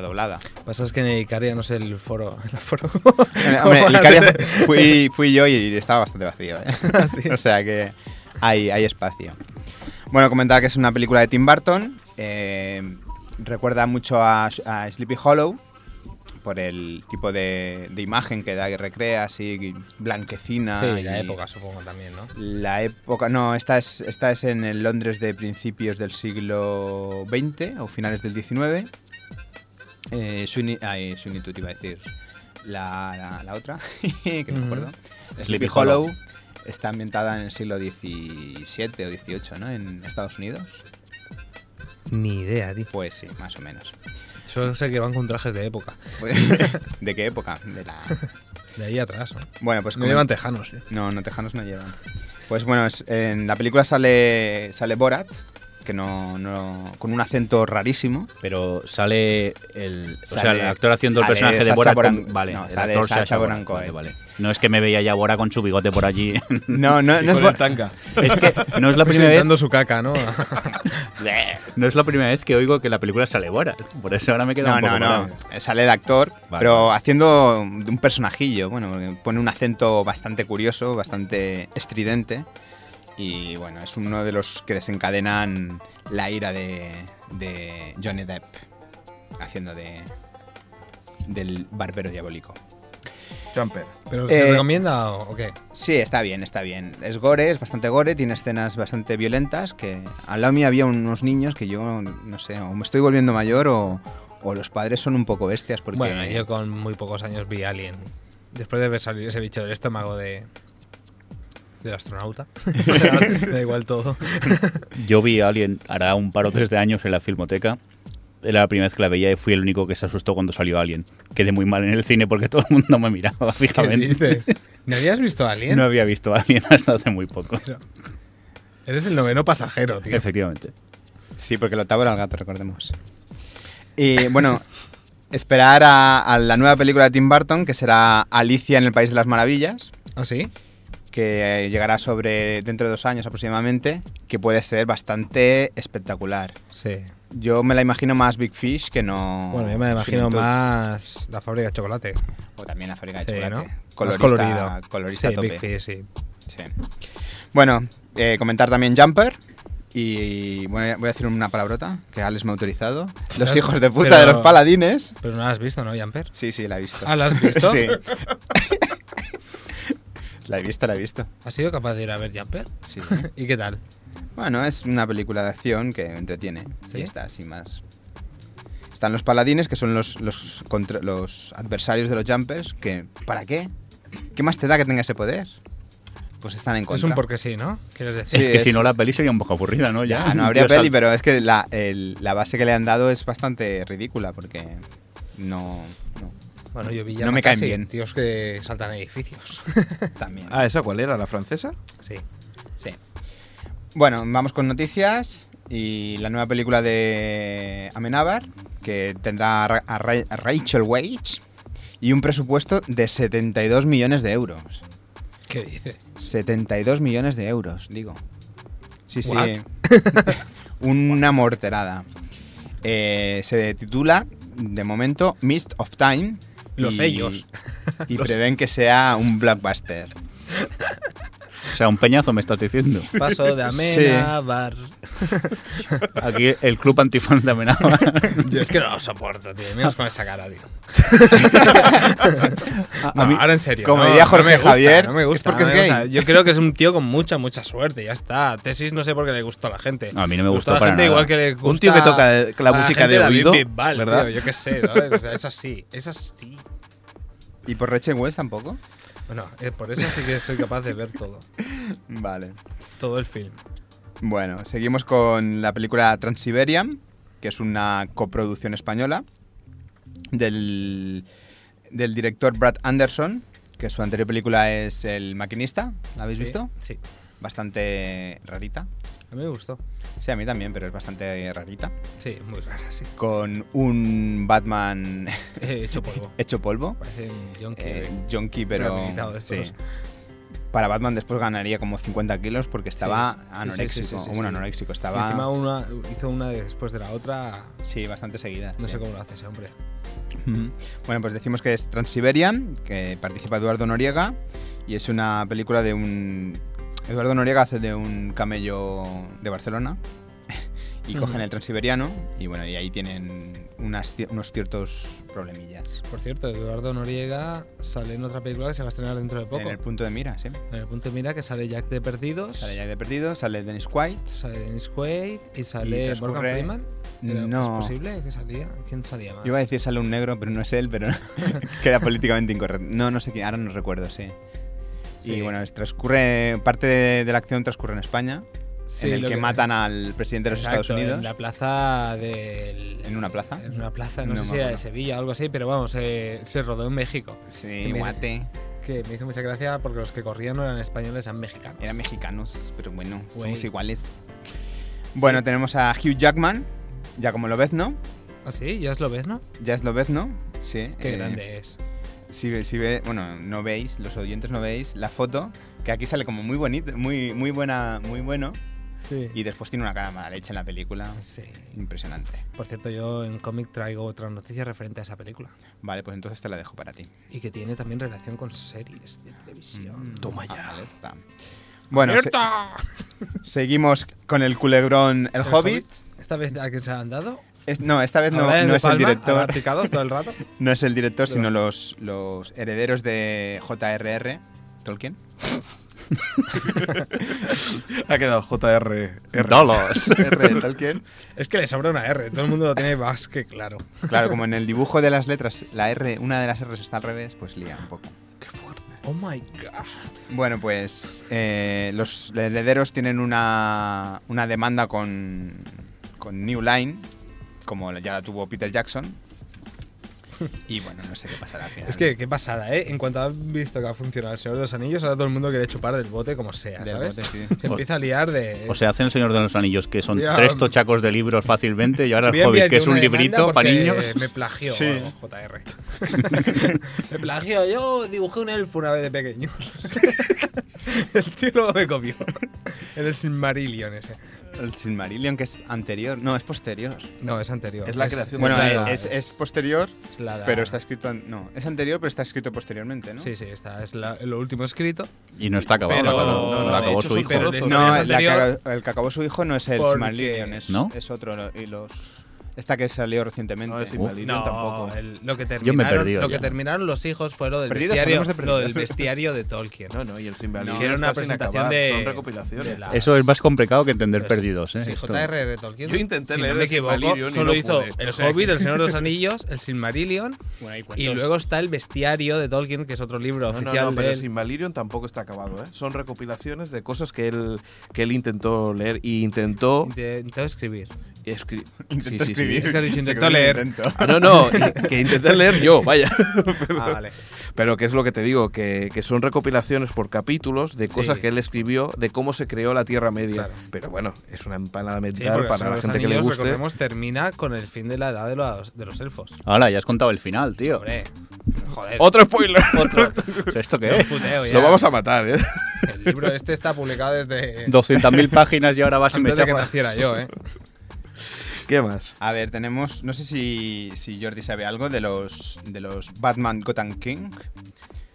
D: doblada.
C: Pasa es que en Icaria no sé el foro. El foro
D: Eh, Hombre,
C: ¿Cómo va a
D: Icaria
C: tener?
D: fui, fui yo y estaba bastante vacío. ¿eh?
C: Ah,
D: O sea que hay, hay espacio. Bueno, comentar que es una película de Tim Burton. eh, recuerda mucho a, a Sleepy Hollow por el tipo de, de imagen que da y recrea, así blanquecina.
C: Sí, la
D: Ah, y-
C: época supongo también, ¿no?
D: La época, no, esta es, esta es en el Londres de principios del siglo XX o finales del XIX. Eh, Sweeney, ay, Sweeney Todd iba a decir. La, la- la otra, que no me
C: Ujú.
D: acuerdo.
E: Sleepy
D: Sleepy Hollow está ambientada en el siglo XVII o XVIII, ¿no? En Estados Unidos.
C: Ni idea, tío.
D: Pues sí, más o menos.
C: Yo sé que van con trajes de época.
D: Pues, ¿De qué época? De la...
C: De ahí atrás, ¿no?
D: Bueno, pues
C: no llevan tejanos, tío.
D: No, no, tejanos no llevan. Pues bueno, es- en la película sale, sale Borat, que no, no- con un acento rarísimo.
E: Pero sale el, o sea,
D: Sale-
E: el actor haciendo el
D: sale
E: personaje de
D: Sacha
E: Borat.
D: Boran-
E: con- vale,
D: no,
E: el
D: sale
E: actor
D: Sacha
E: Sacha
D: Boran
E: Boran,
D: Cohen.
E: vale, vale. No es que me veía ya Borat con su bigote por allí.
D: No, no,
B: Y
D: no es
B: con
D: bo-
B: el tanga.
E: es que no es la primera vez.
C: presentando su caca, ¿no?
E: No es la primera vez que oigo que la película sale Borat. Por eso ahora me queda
D: No,
E: un poco
D: no, no.
E: mal.
D: Sale el actor,
E: Vale,
D: pero haciendo de un personajillo. Bueno, pone un acento bastante curioso, bastante estridente. Y bueno, es uno de los que desencadenan la ira de, de Johnny Depp, haciendo de del barbero diabólico.
B: Jumper.
C: ¿Pero se
D: Eh,
C: recomienda o, o qué?
D: Sí, está bien, está bien. Es gore, es bastante gore, tiene escenas bastante violentas. Que al lado mío había unos niños que yo, no sé, o me estoy volviendo mayor o, o los padres son un poco bestias. Porque
C: Bueno, yo con muy pocos años vi Alien. Después de ver salir ese bicho del estómago de. del astronauta. da igual todo.
E: Yo vi a alguien, hará un par o tres de años en la filmoteca. Era la primera vez que la veía y fui el único que se asustó cuando salió Alien. Quedé muy mal en el cine porque todo el mundo me miraba
C: ¿Qué
E: fijamente.
C: dices? ¿No habías visto Alien?
E: No había visto a Alien hasta hace muy poco.
C: Pero- Eres el noveno pasajero, tío.
E: Efectivamente.
D: Sí, porque el octavo era el gato, recordemos. Y bueno, esperar a, a la nueva película de Tim Burton, que será Alicia en el País de las Maravillas,
C: ¿Ah, sí?
D: que llegará sobre dentro de dos años aproximadamente, que puede ser bastante espectacular.
C: Sí.
D: Yo me la imagino más Big Fish que no.
C: Bueno, yo me imagino
D: Juventud.
C: más la fábrica de chocolate.
D: O también la fábrica de
C: Sí, ¿no?
D: chocolate.
C: Más
D: Colorista,
C: colorido.
D: Colorista
C: sí,
D: a tope.
C: Big Fish, sí.
D: Sí. Bueno, eh, comentar también Jumper. Y bueno, voy a decir una palabrota que Alex me ha autorizado. Los
C: Pero-
D: hijos de puta
C: pero-
D: de los paladines.
C: Pero no la has visto, ¿no, Jamper?
D: Sí, sí, la he visto.
C: Ah, ¿la has visto?
D: Sí. la he visto, la he visto.
C: ¿Has sido capaz de ir a ver Jamper?
D: Sí.
C: ¿Y qué tal?
D: Bueno, es una película de acción que entretiene.
C: ¿Sí?
D: Y está así más. Están los paladines, que son los, los, contra- los adversarios de los jumpers, que ¿para qué? ¿Qué más te da que tenga ese poder? Pues están en contra.
C: Es un porque sí, ¿no? ¿Quieres decir?
E: es
D: Sí,
E: que
D: es-
E: si no, la peli sería un poco aburrida, ¿no? Ya,
D: Ya, no habría
E: Dios,
D: peli,
E: al-
D: pero es que la, el- la base que le han dado es bastante ridícula porque no, no
C: Bueno, yo vi
D: No
C: ya
D: me
C: casi
D: caen bien.
C: Tíos que saltan edificios.
D: también.
B: Ah, ¿esa cuál era? ¿La francesa?
C: sí.
D: Sí. Bueno, vamos con noticias y la nueva película de Amenábar que tendrá a, Ra- a Ra- a Rachel Weisz y un presupuesto de 72 millones de euros.
C: ¿Qué dices?
D: 72 millones de euros, digo. Sí, sí.
C: What?
D: Una morterada. Eh, se titula, de momento, Mist of Time.
C: Los sellos.
D: Y
C: Los-
D: prevén que sea un blockbuster.
E: O sea, un peñazo me estás diciendo.
C: Paso de Amenábar.
E: Aquí el club antifan de Amenábar.
C: Yo es que no lo soporto, tío. Menos con esa cara, tío.
E: A-
C: No,
E: a mí-
C: ahora en serio.
D: como
C: no,
D: diría
C: no
D: Jorge
C: me gusta,
D: Javier,
C: no me gusta,
D: es porque
C: no
D: es
C: me gusta.
D: gay.
C: Yo creo que es un tío con mucha, mucha suerte. Ya está. Tesis no sé por qué le gustó a la gente.
E: A mí no me
C: Le
E: gustó
C: a la
E: para
C: gente
E: nada.
C: igual que le gusta
B: Un tío que toca la
C: a
B: música
C: gente
B: de
C: David
B: oído,
C: Bisbal,
B: ¿verdad?
C: tío, yo qué sé, ¿sabes? O sea, es así. Es así.
D: ¿Y por Rachel Weisz tampoco?
C: Bueno, eh, por eso sí que soy capaz de ver todo.
D: Vale.
C: Todo el film.
D: Bueno, seguimos con la película Transiberian, que es una coproducción española del, del director Brad Anderson, que su anterior película es El Maquinista. ¿La habéis
C: Sí,
D: visto?
C: Sí.
D: Bastante rarita.
C: A mí me gustó.
D: Sí, a mí también, pero es bastante rarita.
C: Sí, muy rara, sí.
D: Con un Batman
C: He hecho polvo.
D: hecho polvo.
C: Parece un yonki.
D: Eh, Jonky, pero.
C: Rehabilitado de estos.
D: sí. Para Batman después ganaría como 50 kilos porque estaba
C: Sí, sí, sí,
D: anoréxico.
C: sí, sí, sí,
D: bueno,
C: sí. Y
D: anoréxico, estaba.
C: encima una, hizo una después de la otra.
D: Sí, bastante seguida.
C: No
D: sí.
C: sé cómo lo hace ese hombre.
D: Ujú. Bueno, pues decimos que es Transiberian, que participa Eduardo Noriega y es una película de un... Eduardo Noriega hace de un camello de Barcelona y cogen el transiberiano y bueno, y ahí tienen unas ci- unos ciertos problemillas.
C: Por cierto, Eduardo Noriega sale en otra película que se va a estrenar dentro de poco.
D: En el punto de mira, sí.
C: En el punto de mira que sale Jack de Perdidos,
D: Sale ya de perdido, sale Dennis Quaid.
C: sale Dennis Quaid y sale
D: transcurre-
C: Morgan Freeman. Era-
D: No.
C: ¿Es posible que salía? ¿Quién salía más?
D: Yo iba a decir sale un negro, pero no es él, pero queda políticamente incorrecto. No, no sé quién, ahora no recuerdo, sí.
C: Sí.
D: Y bueno, es- transcurre, parte de, de la acción transcurre en España,
C: Sí,
D: en el
C: lo
D: que, matan al presidente de los
C: Exacto,
D: Estados Unidos.
C: En la plaza del.
D: ¿En una plaza?
C: En una plaza, no, sé
D: No me
C: si era de
D: acuerdo.
C: Sevilla o algo así, pero vamos, eh, se rodó en México.
D: Sí,
C: Que me-
D: guate.
C: Que me hizo mucha gracia porque los que corrían no eran españoles, eran mexicanos.
D: Eran mexicanos, pero bueno,
C: Güey.
D: somos iguales. Bueno, tenemos a Hugh Jackman, Giacomo Lobezno,
C: ¿Ah, sí? ¿Ya es lo ves, no?
D: Jazz Lobezno, sí.
C: Qué
D: eh,
C: grande es.
D: Si, ve- si ve, bueno, no veis, los oyentes no veis la foto, que aquí sale como muy bonito, muy, muy buena, muy bueno,
C: Sí.
D: y después tiene una cara mala leche en la película.
C: Sí.
D: Impresionante.
C: Por cierto, yo en cómic traigo otra noticia referente a esa película.
D: Vale, pues entonces te la dejo para ti.
C: Y que tiene también relación con series de
D: Mm.
C: televisión.
B: Toma ya.
D: Alerta. Ah, Bueno, se-
C: ¡Alerta!
D: seguimos con el culebrón El,
C: ¿El
D: Hobbit.
C: ¿Esta vez a quién se la han dado?
D: Es- no, esta vez no,
C: ¿Ahora
D: no
C: De
D: es el
C: Palma? Ah, ¿Habrá
D: director.
C: picados todo el rato?
D: No es el director,
C: De
D: sino los, los herederos de J.R.R. Tolkien.
B: Ha quedado JR.
E: Dolos.
D: R. Tolkien.
C: Es que le sobra una R, todo el mundo lo tiene más que claro.
D: Claro, como en el dibujo de las letras, la R, una de las R's está al revés, pues lía un poco.
C: Oh my god.
D: Bueno, pues eh, los herederos tienen una, una demanda con, con New Line, como ya la tuvo Peter Jackson. Y bueno, no sé qué pasará al final.
C: Es que qué pasada, ¿eh? En cuanto han visto que ha funcionado el Señor de los Anillos, ahora todo el mundo quiere chupar del bote como sea,
D: Del
C: ¿sabes?
D: bote, sí.
C: Se empieza a liar de.
E: O sea, hacen el Señor de los Anillos, que son
C: Ya.
E: tres tochacos de libros fácilmente, y ahora el
C: Voy a
E: Hobbit, que
C: enviarte
E: es un
C: una demanda
E: librito para
C: porque
E: niños.
C: Me plagió
D: Sí.
C: algo, JR. me plagió. Yo dibujé un elfo una vez de pequeño. el tío luego me copió. En el Silmarillion ese.
D: El Silmarillion, que es anterior. No, es posterior.
C: No, es anterior.
B: Es la creación
D: Bueno,
B: la
D: eh,
B: edad.
D: es, es posterior,
C: es la edad.
D: pero está escrito. an- No, es anterior, pero está escrito posteriormente, ¿no?
C: Sí, sí, está. Es la- lo último escrito.
E: Y no está acabado,
C: Pero-
E: la cosa, no,
C: no,
E: la
C: de
E: acabó
B: hecho
E: su
B: son
E: hijo.
C: Pero
B: trozos.
C: la
B: Esto
D: No,
C: historia es
D: la que
C: anterior.
D: haga- el que acabó su hijo no es el
C: Porque-
D: Silmarillion, es,
E: ¿No?
D: es otro. lo- Y los, esta que salió recientemente.
B: No, el Silmarillion tampoco.
C: el- lo que
E: Yo me he
C: terminaron,
E: perdido
C: lo que
E: ya.
C: terminaron los hijos fue lo del
D: Perdidos,
C: bestiario,
D: hablamos de
C: lo del
D: perdidos.
C: bestiario de Tolkien.
B: No, no, y el
C: No,
B: Silmarillion.
C: era una
B: está sin
C: presentación
B: acabar,
C: de-
B: Son recopilaciones.
C: de la-
E: Eso es más complicado que entender
C: Pues,
E: perdidos, ¿eh?
C: Sí,
E: Esto-
C: J.R.R. Tolkien.
B: Yo intenté
C: si
B: leer
C: no me
B: el Silmarillion
C: equivoco,
B: y
C: solo
B: no
C: hizo
B: pude.
C: El
B: O sea
C: Hobbit,
B: que-
C: El Señor de los Anillos, El Silmarillion y luego está El Bestiario de Tolkien, que es otro libro
B: No, no,
C: oficial
B: no, pero
C: de
B: el
C: él.
B: Silmarillion tampoco está acabado, ¿eh? Son recopilaciones de cosas que él, que él intentó leer y intentó
C: Intentó escribir.
B: escribir.
D: Intentó escribir.
C: Es que has dicho,
D: Se
C: intentó
D: quedó en
C: leer.
D: intento.
B: Ah, No, no, y- que intenté leer yo, vaya.
C: Ah, vale.
B: Pero que es lo que te digo, que, que son recopilaciones por capítulos de cosas
C: Sí.
B: que él escribió, de cómo se creó la Tierra Media.
C: Claro.
B: Pero bueno, es una empanada
C: Sí,
B: mental
C: porque
B: para la
C: los
B: gente que le
C: Anillos,
B: guste.
C: recordemos, termina con el fin de la edad de los, de los elfos.
E: Ahora, ya has contado el final, tío.
C: Hombre, joder.
B: Otro spoiler.
E: ¿Esto qué
C: no
E: es?
C: futeo ya.
B: Lo vamos a matar, ¿eh?
C: El libro este está publicado desde
E: 200.000 páginas y ahora vas y me
C: antes de que
E: echas.
C: naciera yo, ¿eh?
B: ¿Qué más?
D: A ver, tenemos. No sé si, si Jordi sabe algo de los, de los Batman Gotham King.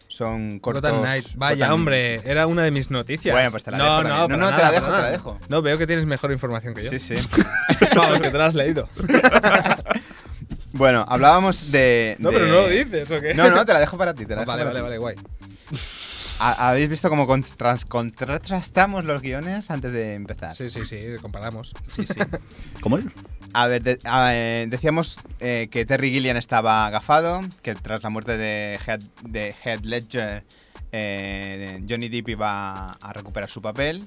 D: Son cortos.
C: Gotham Knight. Vaya,
D: Gotham-
C: hombre, era una de mis noticias.
D: Bueno, pues te la
C: no,
D: dejo
C: No,
D: también. No,
C: para
D: no,
C: nada,
D: te la dejo,
C: para
D: te la
C: nada.
D: dejo.
C: No, veo que tienes mejor información que yo.
D: Sí, sí.
C: Vamos, que te la has leído.
D: bueno, hablábamos de.
C: No,
D: de-
C: pero no lo dices, ¿o qué?
D: No, no, te la dejo para ti. Te la
C: Ah,
D: dejo
C: vale,
D: para
C: vale,
D: ti.
C: vale, guay.
D: Ha- ¿Habéis visto cómo contras- contrastamos los guiones antes de empezar?
C: Sí, sí, sí, comparamos.
E: ¿Cómo es?
D: A ver, de- a- eh, decíamos eh, que Terry Gillian estaba agafado, que tras la muerte de Head, de Heath Ledger, eh, Johnny Depp iba a recuperar su papel.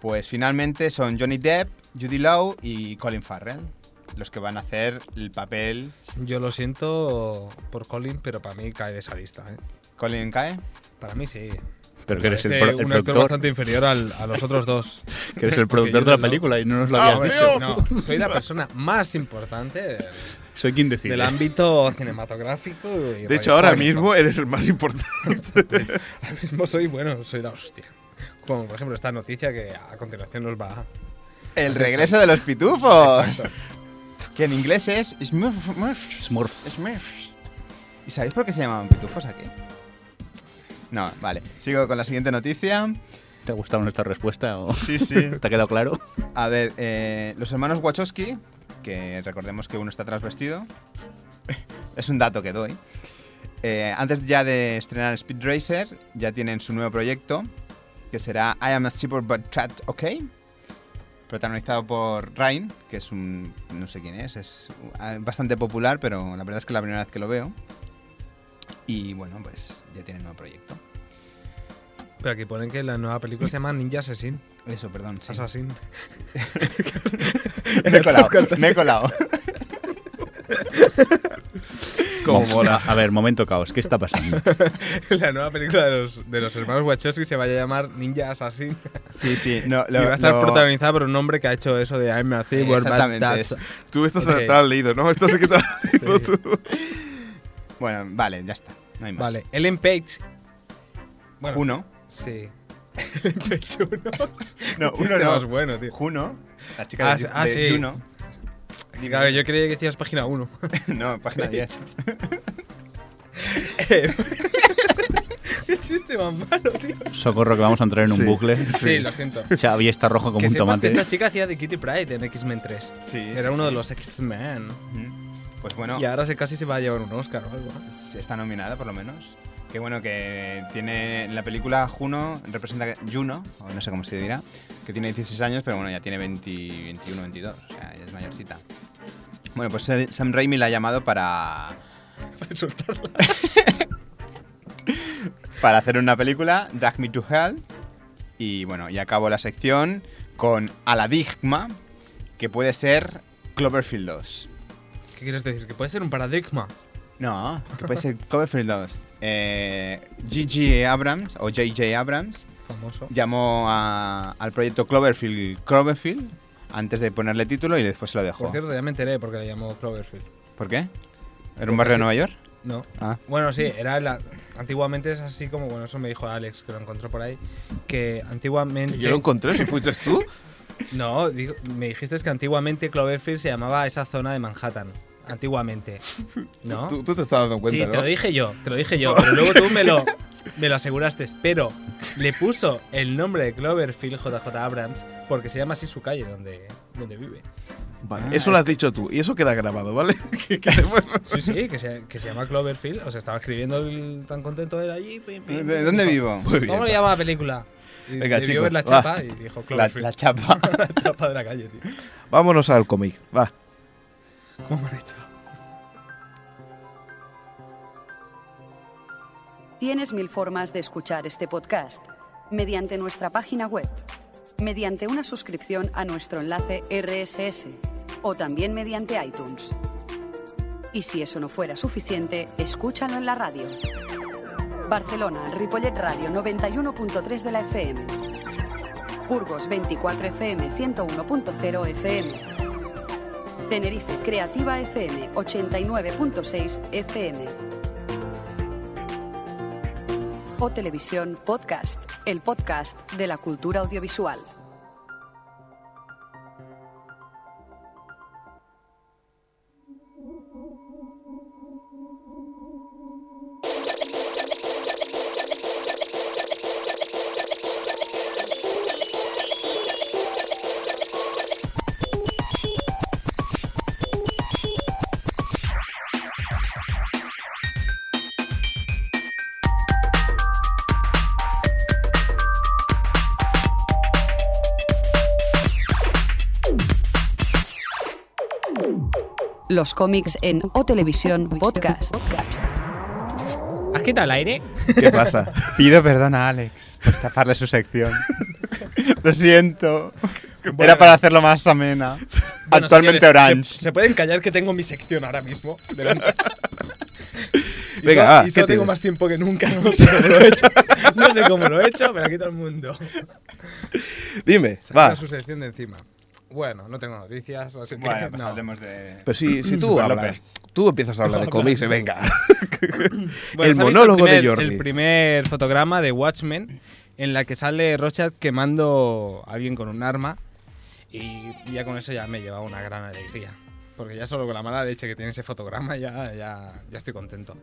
D: Pues finalmente son Johnny Depp, Judy Law y Colin Farrell los que van a hacer el papel.
C: Yo lo siento por Colin, pero para mí cae de esa lista. ¿eh?
D: ¿Colin cae?
C: Para mí sí.
E: Pero que eres
C: Parece
E: el, pro- el
C: Este, un actor
E: productor,
C: bastante inferior al- a los otros dos.
E: que eres el productor
C: Porque yo
E: de la
C: no- Ah,
E: película y no nos lo habías
C: Hombre,
E: dicho.
C: no, soy la persona más importante del,
E: Soy quien decide.
C: del ámbito cinematográfico. y
B: De hecho, ahora
C: radiofónico.
B: mismo eres el más importante.
C: Ahora mismo soy bueno, soy la hostia. Como por ejemplo esta noticia que a continuación nos va a.
E: Ah.
D: El regreso de los pitufos.
C: Exacto.
D: que en inglés es Smurf, Smurf,
E: Smurf.
D: Smurfs. ¿Y sabéis por qué se llamaban pitufos aquí? No, vale. Sigo con la siguiente noticia.
E: ¿Te ha gustado nuestra respuesta? o-
D: Sí, sí.
E: ¿Te ha quedado claro?
D: A ver, eh, los hermanos Wachowski, que recordemos que uno está transvestido, es un dato que doy. eh, antes ya de estrenar Speed Racer, ya tienen su nuevo proyecto, que será I Am a Cyborg But Trapped OK, protagonizado por Ryan, que es un. no sé quién es, es ah, bastante popular, pero la verdad es que es la primera vez que lo veo. Y bueno, pues ya tienen nuevo proyecto.
C: Pero aquí ponen que la nueva película se llama Ninja Assassin.
D: Eso, perdón. sí.
C: Assassin.
D: Me he colado, me he colado.
B: Cómo mola.
E: A ver, momento caos. ¿Qué está pasando?
C: La nueva película de los, de los hermanos Wachowski se va a llamar Ninja Assassin.
D: Sí, sí. No,
C: y
D: lo-
C: va a estar
D: lo-
C: protagonizada por un hombre que ha hecho eso de I'm a Thing, we're bad
D: Exactamente,
C: dads.
D: es-
B: Tú esto
C: Ok.
B: se te lo has leído, ¿no? Esto sí que te lo has leído
C: Sí.
B: tú.
D: Bueno, vale, ya está. No hay más.
C: Vale, Ellen Page. Bueno,
D: Juno.
C: Sí. Ellen Page uno.
D: No,
C: Chiste
D: uno no.
C: más bueno, tío.
D: Juno. La chica de,
C: Ah, ah,
D: de
C: sí.
D: Juno.
C: Claro, yo creía que decías página 1.
D: no, página 10.
C: Qué chiste más malo, tío.
E: Socorro que vamos a entrar en un
B: Sí.
E: bucle.
C: Sí, lo siento.
E: Xavi está rojo como
C: Que sepas
E: un
C: que
E: tomate.
C: esta chica hacía de Kitty Pride en X-Men 3.
D: Sí,
C: Era
D: sí,
C: uno
D: sí.
C: de los X-Men.
D: Ujú. Pues bueno,
C: Y ahora se casi se va a llevar un Oscar o algo. ¿no?
D: está nominada por lo menos. Que bueno, que tiene en la película Juno, representa que- Juno, o no sé cómo se dirá, que tiene 16 años, pero bueno, ya tiene 20, 21, 22, o sea, ya es mayorcita. Bueno, pues eh, Sam Raimi la ha llamado para,
C: Para insultarla.
D: para hacer una película, Drag Me to Hell. Y bueno, y acabo la sección con Aladigma, que puede ser Cloverfield 2.
C: ¿Qué quieres decir? Que puede ser un paradigma.
D: No, que puede ser Cloverfield 2. Eh, G.G. Abrams o J.J. Abrams
C: Famoso.
D: llamó a- al proyecto Cloverfield Cloverfield antes de ponerle título y después se lo dejó.
C: Por cierto, ya me enteré porque le llamó Cloverfield.
D: ¿Por qué? ¿Era un barrio de Nueva York?
C: No.
D: Ah.
C: Bueno, sí, era la. Antiguamente es así como. Bueno, eso me dijo Alex, que lo encontró por ahí. Que antiguamente.
B: Yo lo encontré, si fuiste tú.
C: No, digo- me dijiste que antiguamente Cloverfield se llamaba esa zona de Manhattan. Antiguamente. ¿No?
B: Tú, tú te estás dando cuenta,
C: sí,
B: ¿no?
C: te lo dije yo, te lo dije yo. Pero luego tú me lo, me lo aseguraste. Pero le puso el nombre de Cloverfield JJ Abrams porque se llama así su calle donde, donde vive.
B: Vale,
D: Ah,
B: eso lo has dicho tú y eso queda grabado, ¿vale? Que- que después-
C: Sí, sí, que se, que se llama Cloverfield. O sea, estaba escribiendo el- tan contento él allí. pim, pim,
D: ¿De
C: pim,
D: dónde
C: dijo,
D: vivo?
B: Muy bien.
C: ¿Cómo le llama la película? Y
B: Venga,
C: debió
B: chicos,
C: ver la
B: va.
C: chapa y dijo
D: La,
C: Cloverfield.
D: la chapa.
C: la chapa de la calle, tío.
B: Vámonos al cómic, va.
C: ¿Cómo me han hecho?
A: Tienes mil formas de escuchar este podcast. Mediante nuestra página web, mediante una suscripción a nuestro enlace RSS o también mediante iTunes. Y si eso no fuera suficiente, escúchalo en la radio. Barcelona, Ripollet Radio 91.3 de la FM. Burgos 24 FM 101.0 FM. Tenerife Creativa FM 89.6 FM. o Televisión Podcast, el podcast de la cultura audiovisual. Los cómics en o Televisión Podcast.
C: ¿Has quitado el aire?
B: ¿Qué pasa?
D: Pido perdón a Alex por taparle su sección. Lo siento. Era para hacerlo más amena.
C: Bueno,
D: Actualmente
C: señores,
D: Orange.
C: Se, se pueden callar que tengo mi sección ahora mismo. delante. Y
B: Venga,
C: so-
B: va,
C: y
B: ¿qué
C: solo tengo
B: tienes?
C: más tiempo que nunca. No sé cómo lo he hecho. No sé cómo lo he hecho, pero aquí todo el mundo.
B: Dime, va.
C: Saca su sección de encima. Bueno, no tengo noticias, así que
D: Bueno, pues
C: no.
D: hablemos de.
B: Pero si, si tú
D: Super
B: hablas, tú empiezas a hablar de cómics, venga.
C: Bueno,
B: el
C: ¿os habéis visto
B: monólogo
C: primer-
B: de Jordi.
C: El primer fotograma de Watchmen en la que sale Rorschach quemando a alguien con un arma. Y ya con eso ya me lleva una gran alegría. Porque ya solo con la mala leche que tiene ese fotograma ya, ya, ya estoy contento.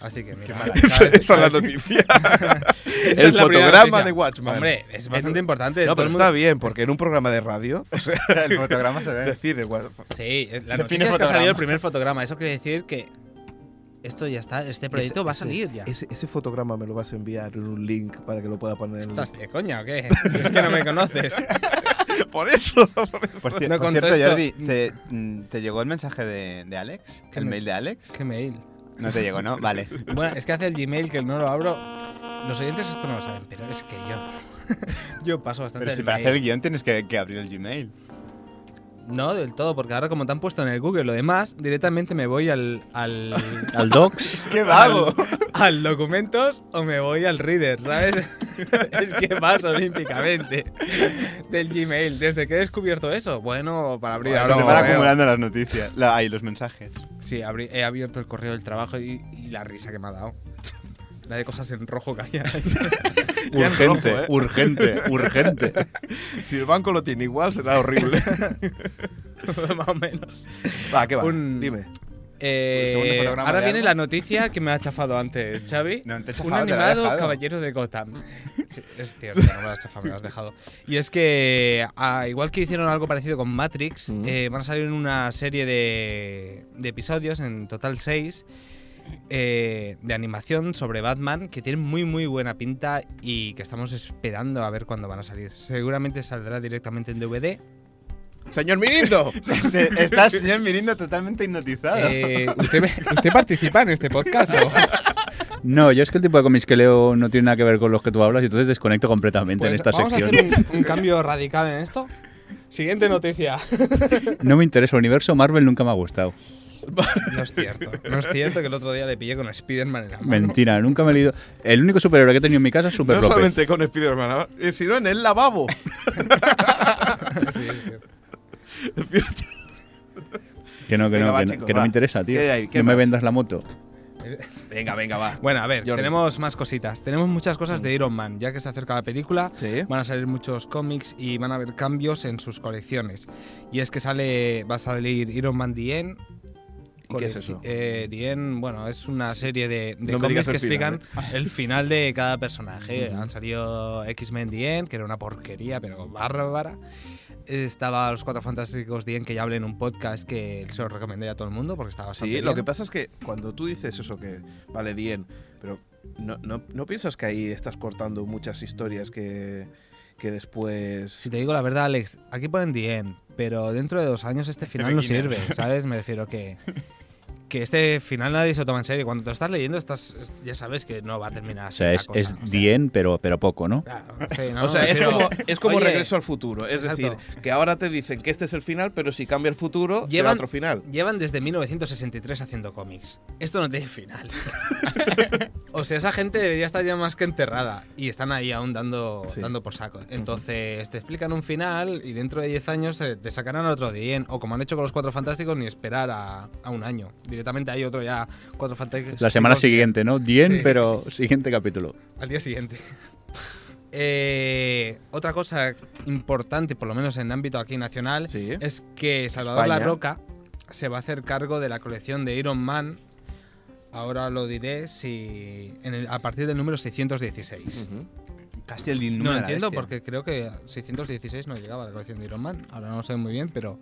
C: Así que mira. cada
B: Esa,
C: vez-
B: esa es la
C: cada vez-
B: noticia.
C: Esa
B: el
C: es la primera
B: fotograma
C: noticia.
B: de Watchmen.
C: Hombre, es bastante
B: En-
C: importante.
B: No,
C: todo
B: pero
C: el
B: está
C: mundo-
B: bien, porque en un programa de radio, o sea,
D: El fotograma se ve.
B: decir, el Wa-
C: Sí, eh, la
D: Define
C: noticia es que ha
D: fotograma.
C: salido el primer fotograma. Eso quiere decir que esto ya está, este proyecto va a salir ya.
B: ese, ese fotograma me lo vas a enviar en un link para que lo pueda poner en
C: ¿Estás de coña o qué? Es que no me conoces.
B: el... Por eso, por eso.
D: Por, cier-
C: No
D: por cierto,
C: contesto.
D: Jordi, ¿te, mm, te llegó el mensaje de, de Alex?
C: ¿Qué
D: ¿El
C: me-
D: mail de Alex?
C: ¿Qué mail?
D: No te llegó, ¿no? Vale.
C: Bueno, es que hace el Gmail que no lo abro. Los oyentes esto no lo saben, pero es que yo. Yo paso bastante
D: Pero si
C: el
D: para
C: mail.
D: hacer el guión tienes que, que abrir el Gmail.
C: No, del todo, porque ahora como te han puesto en el Google lo demás, directamente me voy al... Al,
E: Al Docs.
D: ¡Qué vago!
C: al- al documentos o me voy al Reader, ¿sabes? es que vas olímpicamente del Gmail. ¿Desde que he descubierto eso? Bueno, para abrir
D: Ahora
C: ahora
D: te
C: un
D: van
C: correo.
D: acumulando las noticias. La, ahí, los mensajes.
C: Sí, abrí- he abierto el correo del trabajo y, y la risa que me ha dado. La de cosas en rojo que había.
B: Ya en rojo,
E: urgente,
B: ¿eh?
E: urgente, urgente.
B: Si el banco lo tiene igual, será horrible.
C: más o menos.
B: va, ¿qué va?
C: Un-
B: Dime.
C: Eh,
D: El segundo fotograma
C: ahora
D: de
C: viene
D: algo.
C: la noticia que me ha chafado antes, Xavi.
D: No, no te he
C: Un
D: chafado, te la he
C: animado
D: dejado.
C: caballero de Gotham. Sí, es cierto, no me lo has chafado, me lo has dejado. Y es que, ah, igual que hicieron algo parecido con Matrix,
B: Mm.
C: eh, van a salir una serie de, de episodios, en total seis, eh, de animación sobre Batman que tienen muy muy buena pinta y que estamos esperando a ver cuándo van a salir. Seguramente saldrá directamente en DVD.
B: Señor Mirindo.
D: Se- está el señor Mirindo totalmente hipnotizado.
C: Eh, ¿usted, me- ¿Usted participa en este podcast? o?
E: No, yo es que el tipo de cómics que leo no tiene nada que ver con los que tú hablas y entonces desconecto completamente en
C: Pues
E: esta
C: vamos
E: sección.
C: a hacer un, un cambio radical en esto. Siguiente noticia.
E: No me interesa, el universo Marvel nunca me ha gustado.
C: No es cierto. No es cierto que el otro día le pillé con Spider-Man en la mano.
E: Mentira, nunca me he leído. El único superhéroe que he tenido en mi casa es Super
B: No
E: López.
B: solamente con Spider-Man, eh, sino en el lavabo.
C: Sí, es cierto.
B: Es cierto.
E: Que no, que
B: Venga,
E: no,
B: va,
E: que no,
B: chicos,
E: que no
B: va.
E: me interesa, tío.
B: ¿Qué hay? ¿Qué
E: no me
B: más?
E: vendas la moto.
B: venga, venga, va.
C: Bueno, a ver,
B: Jordi.
C: tenemos más cositas. Tenemos muchas cosas de Iron Man, ya que se acerca la película.
B: Sí.
C: Van a salir muchos cómics y van a haber cambios en sus colecciones. Y es que sale, va a salir Iron Man The End.
B: ¿Y qué es eso?
C: Eh, The End, bueno, es una serie de, de
B: No me
C: cómics
B: digas
C: que
B: el final, ¿eh?
C: explican el final de cada personaje. Han salido X-Men The End, que era una porquería, pero bárbara. Estaba Los Cuatro Fantásticos The End, que ya hablé en un podcast que se os recomendé a todo el mundo porque estaba
B: Sí,
C: bastante
B: lo que
C: bien.
B: pasa es que cuando tú dices eso que vale bien, pero no, no, ¿no piensas que ahí estás cortando muchas historias que, que después...
C: Si te digo la verdad, Alex, aquí ponen The End, pero dentro de dos años este final no
D: beginner.
C: sirve, ¿sabes? Me refiero que, que este final nadie se lo toma en serio. Cuando te lo estás leyendo, estás, es- ya sabes que no va a terminar
E: O
C: así.
E: sea,
C: la
E: es,
C: cosa,
E: es
C: o sea,
E: Dien, pero, pero poco, ¿no?
C: claro, sí, ¿no?
B: o sea,
C: Me
B: es
C: refiero-
B: como, es como
C: Oye,
B: regreso al futuro. Es
C: exacto.
B: decir, que ahora te dicen que este es el final, pero si cambia el futuro, lleva
C: Llevan-
B: otro final.
C: Llevan desde 1963 haciendo cómics. Esto no tiene final. o sea, esa gente debería estar ya más que enterrada. Y están ahí aún dando,
B: Sí.
C: dando por saco. Entonces, te explican un final y dentro de 10 años eh, te sacarán otro día. O como han hecho con los Cuatro Fantásticos, ni esperar a, a un año. Directamente hay otro ya, Cuatro Fantásticos.
E: La semana siguiente, ¿no? Dien,
C: Sí.
E: pero siguiente capítulo.
C: Al día siguiente. Eh, otra cosa importante, por lo menos en ámbito aquí nacional,
B: Sí.
C: es que Salvador
B: España.
C: La Roca se va a hacer cargo de la colección de Iron Man. Ahora lo diré si en el- a partir del número 616.
B: Ujú.
D: Casi el este. dilema
C: No
D: de la
C: entiendo
D: bestia.
C: porque creo que 616 no llegaba a la colección de Iron Man. Ahora no lo sé muy bien, pero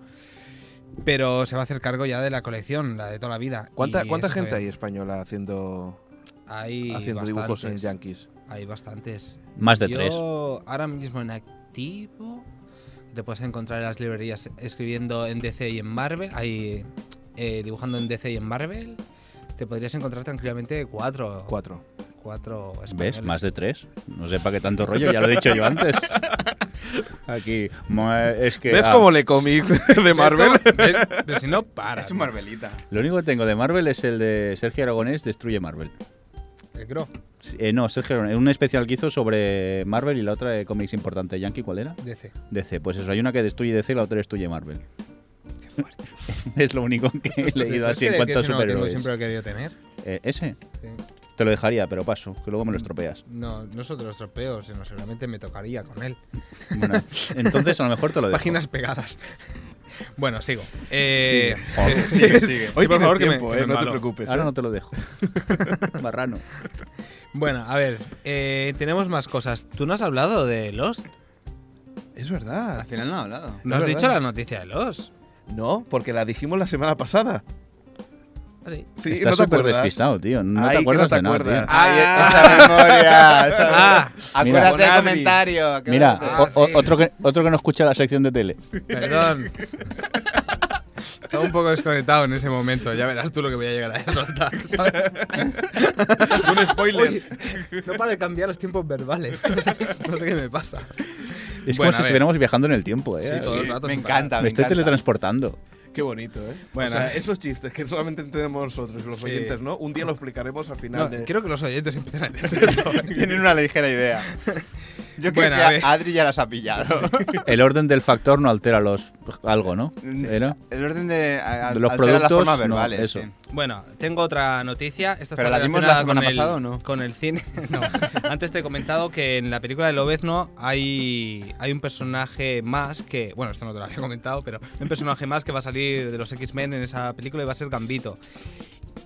C: pero se va a hacer cargo ya de la colección, la de toda la vida.
B: ¿Cuánta,
C: Y
B: cuánta
C: eso está
B: gente hay
C: bien.
B: española haciendo,
C: Hay
B: haciendo dibujos en
C: bastantes.
B: Yankees?
C: Hay bastantes.
E: Más de
C: Yo,
E: tres.
C: ahora mismo en activo, te puedes encontrar en las librerías escribiendo en DC y en Marvel, ahí, eh, dibujando en DC y en Marvel, te podrías encontrar tranquilamente cuatro.
B: Cuatro.
C: Cuatro
E: ¿Ves?
C: españoles.
E: Más de tres. No sé para qué tanto rollo, ya lo he dicho yo antes. Aquí, mo- es que.
B: ¿Ves
E: ah,
B: cómo le cómic de Marvel?
C: ¿Ves cómo- ves? Pero si no, para.
D: Es un Marvelita.
E: Lo único que tengo de Marvel es el de Sergio Aragonés, Destruye Marvel.
C: El Gro,
E: Eh, no, Sergio Aragonés, un especial que hizo sobre Marvel y la otra de cómics importante yankee, ¿cuál era?
C: DC.
E: DC. Pues eso, hay una que destruye DC y la otra destruye Marvel. es lo único que he leído así en
C: ¿Crees que
E: cuanto a
C: ese no lo tengo y
E: superhéroes.
C: siempre lo he querido tener.
E: Eh, ese
C: Sí.
E: te lo dejaría, pero paso, que luego me lo estropeas.
C: No, no solo te los tropeo, sino seguramente me tocaría con él.
E: Bueno, entonces a lo mejor te lo dejo.
C: Páginas pegadas. Bueno, sigo. Eh,
D: Sigue, sigue.
C: Oye, por
B: Tienes
C: favor, que me-
B: tiempo,
C: que
B: eh,
C: me
B: no te
C: embalo.
B: preocupes.
E: Ahora
B: eh.
E: no te lo dejo. Marrano.
C: Bueno, a ver, eh, tenemos más cosas. ¿Tú no has hablado de Lost?
B: Es
D: Al
B: verdad.
D: final no ha hablado.
C: ¿No
B: Es
C: has
B: verdad.
C: dicho la noticia de Lost?
B: No, porque la dijimos la semana pasada.
C: Sí.
B: Sí,
E: Estás
B: no te
E: súper
B: acuerdas.
E: despistado, tío. No
B: Ay,
E: te
B: que
E: acuerdas
B: no te
E: de nada,
B: acuerdas.
E: tío.
D: Ay, esa memoria. esa
C: Ah,
D: memoria.
E: mira.
D: acuérdate
B: Con
D: del
B: Adri.
D: comentario. acuérdate.
E: Mira,
C: Ah,
E: o- o-
C: sí.
E: otro, que, otro que no escucha la sección de tele.
C: Perdón. Estaba un poco desconectado en ese momento. Ya verás tú lo que voy a llegar a soltar. ¿sabes?
B: Un spoiler.
C: Oye, no para de cambiar los tiempos verbales. O sea, no sé qué me pasa. Bueno,
E: Es como
C: a
E: si
C: ver.
E: estuviéramos viajando en el tiempo, ¿eh?
C: Sí,
E: me
C: todo el rato
D: me
C: sin parar.
D: encanta, me,
E: estoy
D: encanta.
E: teletransportando.
B: Qué bonito, ¿eh?
C: Bueno.
B: o sea, esos chistes que solamente entendemos nosotros, los
C: Sí.
B: oyentes, ¿no? Un día lo explicaremos al
C: No,
B: final. de...
C: creo que los oyentes empiezan a entenderlo.
D: Tienen una ligera idea. Yo creo
C: Bueno, a
D: que
C: ver.
D: a Adri ya las ha pillado.
E: El orden del factor no altera los algo, ¿no? ¿Era?
D: El orden de, a- a-
E: De los
D: altera las
E: productos,
D: formas
E: no,
D: verbales.
E: eso.
D: eh, sí.
C: Bueno, tengo otra noticia. Esta
D: ¿Pero
C: está
D: la vimos
C: relacionada
D: la semana
C: con el-
D: pasada o no?
C: Con el cine. No. Antes te he comentado que en la película de Lobezno hay, hay un personaje más que. Bueno, esto no te lo había comentado, pero hay un personaje más que va a salir de los X-Men en esa película y va a ser Gambito.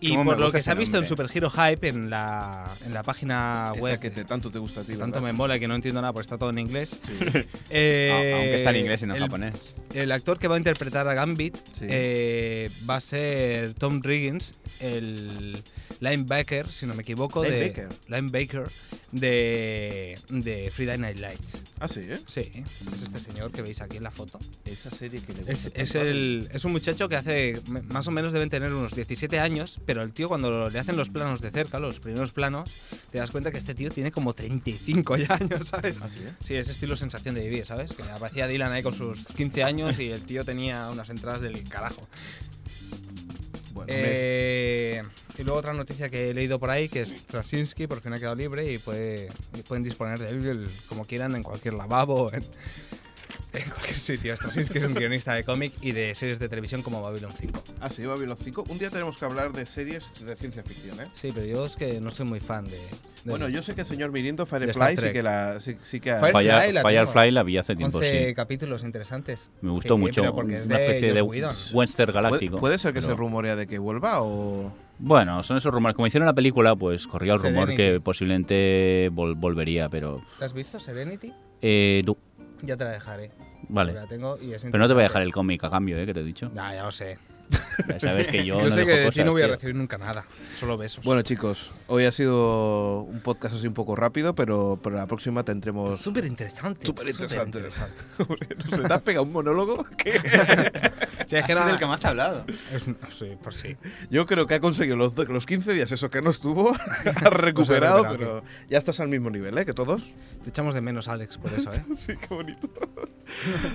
C: Y
D: Cómo me
C: por lo
D: gusta
C: que se
D: ese
C: ha visto en
D: nombre.
C: Super Hero Hype, en la, en la página
B: Esa
C: web,
B: que te- tanto te gusta a ti,
C: que tanto me
B: ¿verdad?
C: mola y que no entiendo nada porque está todo en inglés.
D: A-
C: eh,
D: Ah, Aunque está en inglés y no en
C: el-
D: japonés.
C: el actor que va a interpretar a Gambit
B: Sí.
C: eh, va a ser Tom Riggins, el linebacker, si no me equivoco, de
B: Linebacker.
C: linebacker de, de Friday Night Lights.
B: Ah, sí, ¿eh?
C: Sí, es este señor que veis aquí en la foto.
B: Esa serie que le gusta
C: Es,
B: tanto
C: es
B: a él.
C: el, es un muchacho que hace, m- más o menos deben tener unos 17 años, pero el tío cuando le hacen los planos de cerca, los primeros planos, te das cuenta que este tío tiene como 35 ya años, ¿sabes?
B: Ah, sí, ¿eh?
C: Sí, ese estilo sensación de vivir, ¿sabes? Que aparecía Dylan ahí con sus 15 años y el tío tenía unas entradas del carajo.
B: Bueno, me-
C: Eh, y luego otra noticia que he leído por ahí, que es Trasinski, por fin ha quedado libre y, puede- y pueden disponer de él el- como quieran en cualquier lavabo, en, en cualquier sitio. Straczynski es un guionista de cómic y de series de televisión como Babylon 5.
B: Ah, sí, Babylon 5. Un día tenemos que hablar de series de ciencia ficción, ¿eh?
C: Sí, pero yo es que no soy muy fan de... de-
B: Bueno, yo sé que el señor Mirindo
C: Star
B: Firefly sí
C: Trek.
B: que la sí, sí que ha-
C: Firefly
E: Fire-
C: la tengo.
E: Firefly la vi hace tiempo,
C: 11
E: sí.
C: capítulos interesantes.
E: Me gustó
C: Sí,
E: mucho.
C: pero porque es
E: una
C: de
E: especie de
C: Joss Whedon.
E: Western
B: ¿Puede,
E: galáctico.
B: puede ser que se
E: Pero-
B: rumorea de que vuelva o
E: Bueno, son esos rumores. Como hicieron la película, pues corría el rumor
C: Serenity.
E: que posiblemente vol- volvería, pero.
C: ¿La has visto, Serenity?
E: Eh, no.
C: Ya te la dejaré. porque
E: Vale.
C: La tengo y es
E: Pero no te voy a dejar
C: interesante.
E: el cómic a cambio, ¿eh? Que te he dicho.
C: Nah, ya lo sé.
E: Ya sabes que yo,
C: Yo,
E: no
C: sé
E: dejo
C: que de ti
E: cosas,
C: no voy a
E: tío.
C: recibir nunca nada. Solo besos.
B: Bueno, chicos, hoy ha sido un podcast así un poco rápido, pero para la próxima tendremos
C: Súper interesante.
B: Súper interesante. no sé, ¿te has pegado un monólogo? que
D: Ha sido el que más ha hablado.
C: sí, por sí.
B: Yo creo que ha conseguido los, do- los 15 días eso que no estuvo,
C: Pues
B: ha recuperado,
C: recuperado,
B: pero ya estás al mismo nivel, ¿eh? Que todos.
C: Te echamos de menos, Alex, por eso, ¿eh?
B: Sí, qué bonito.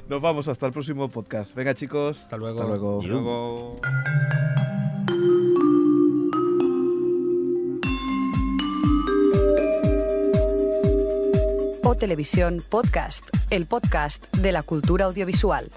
B: Nos vamos hasta el próximo podcast. Venga, chicos.
C: Hasta luego.
B: Hasta luego.
E: Adiós.
D: Luego.
A: O Televisión Podcast, el podcast de la cultura audiovisual.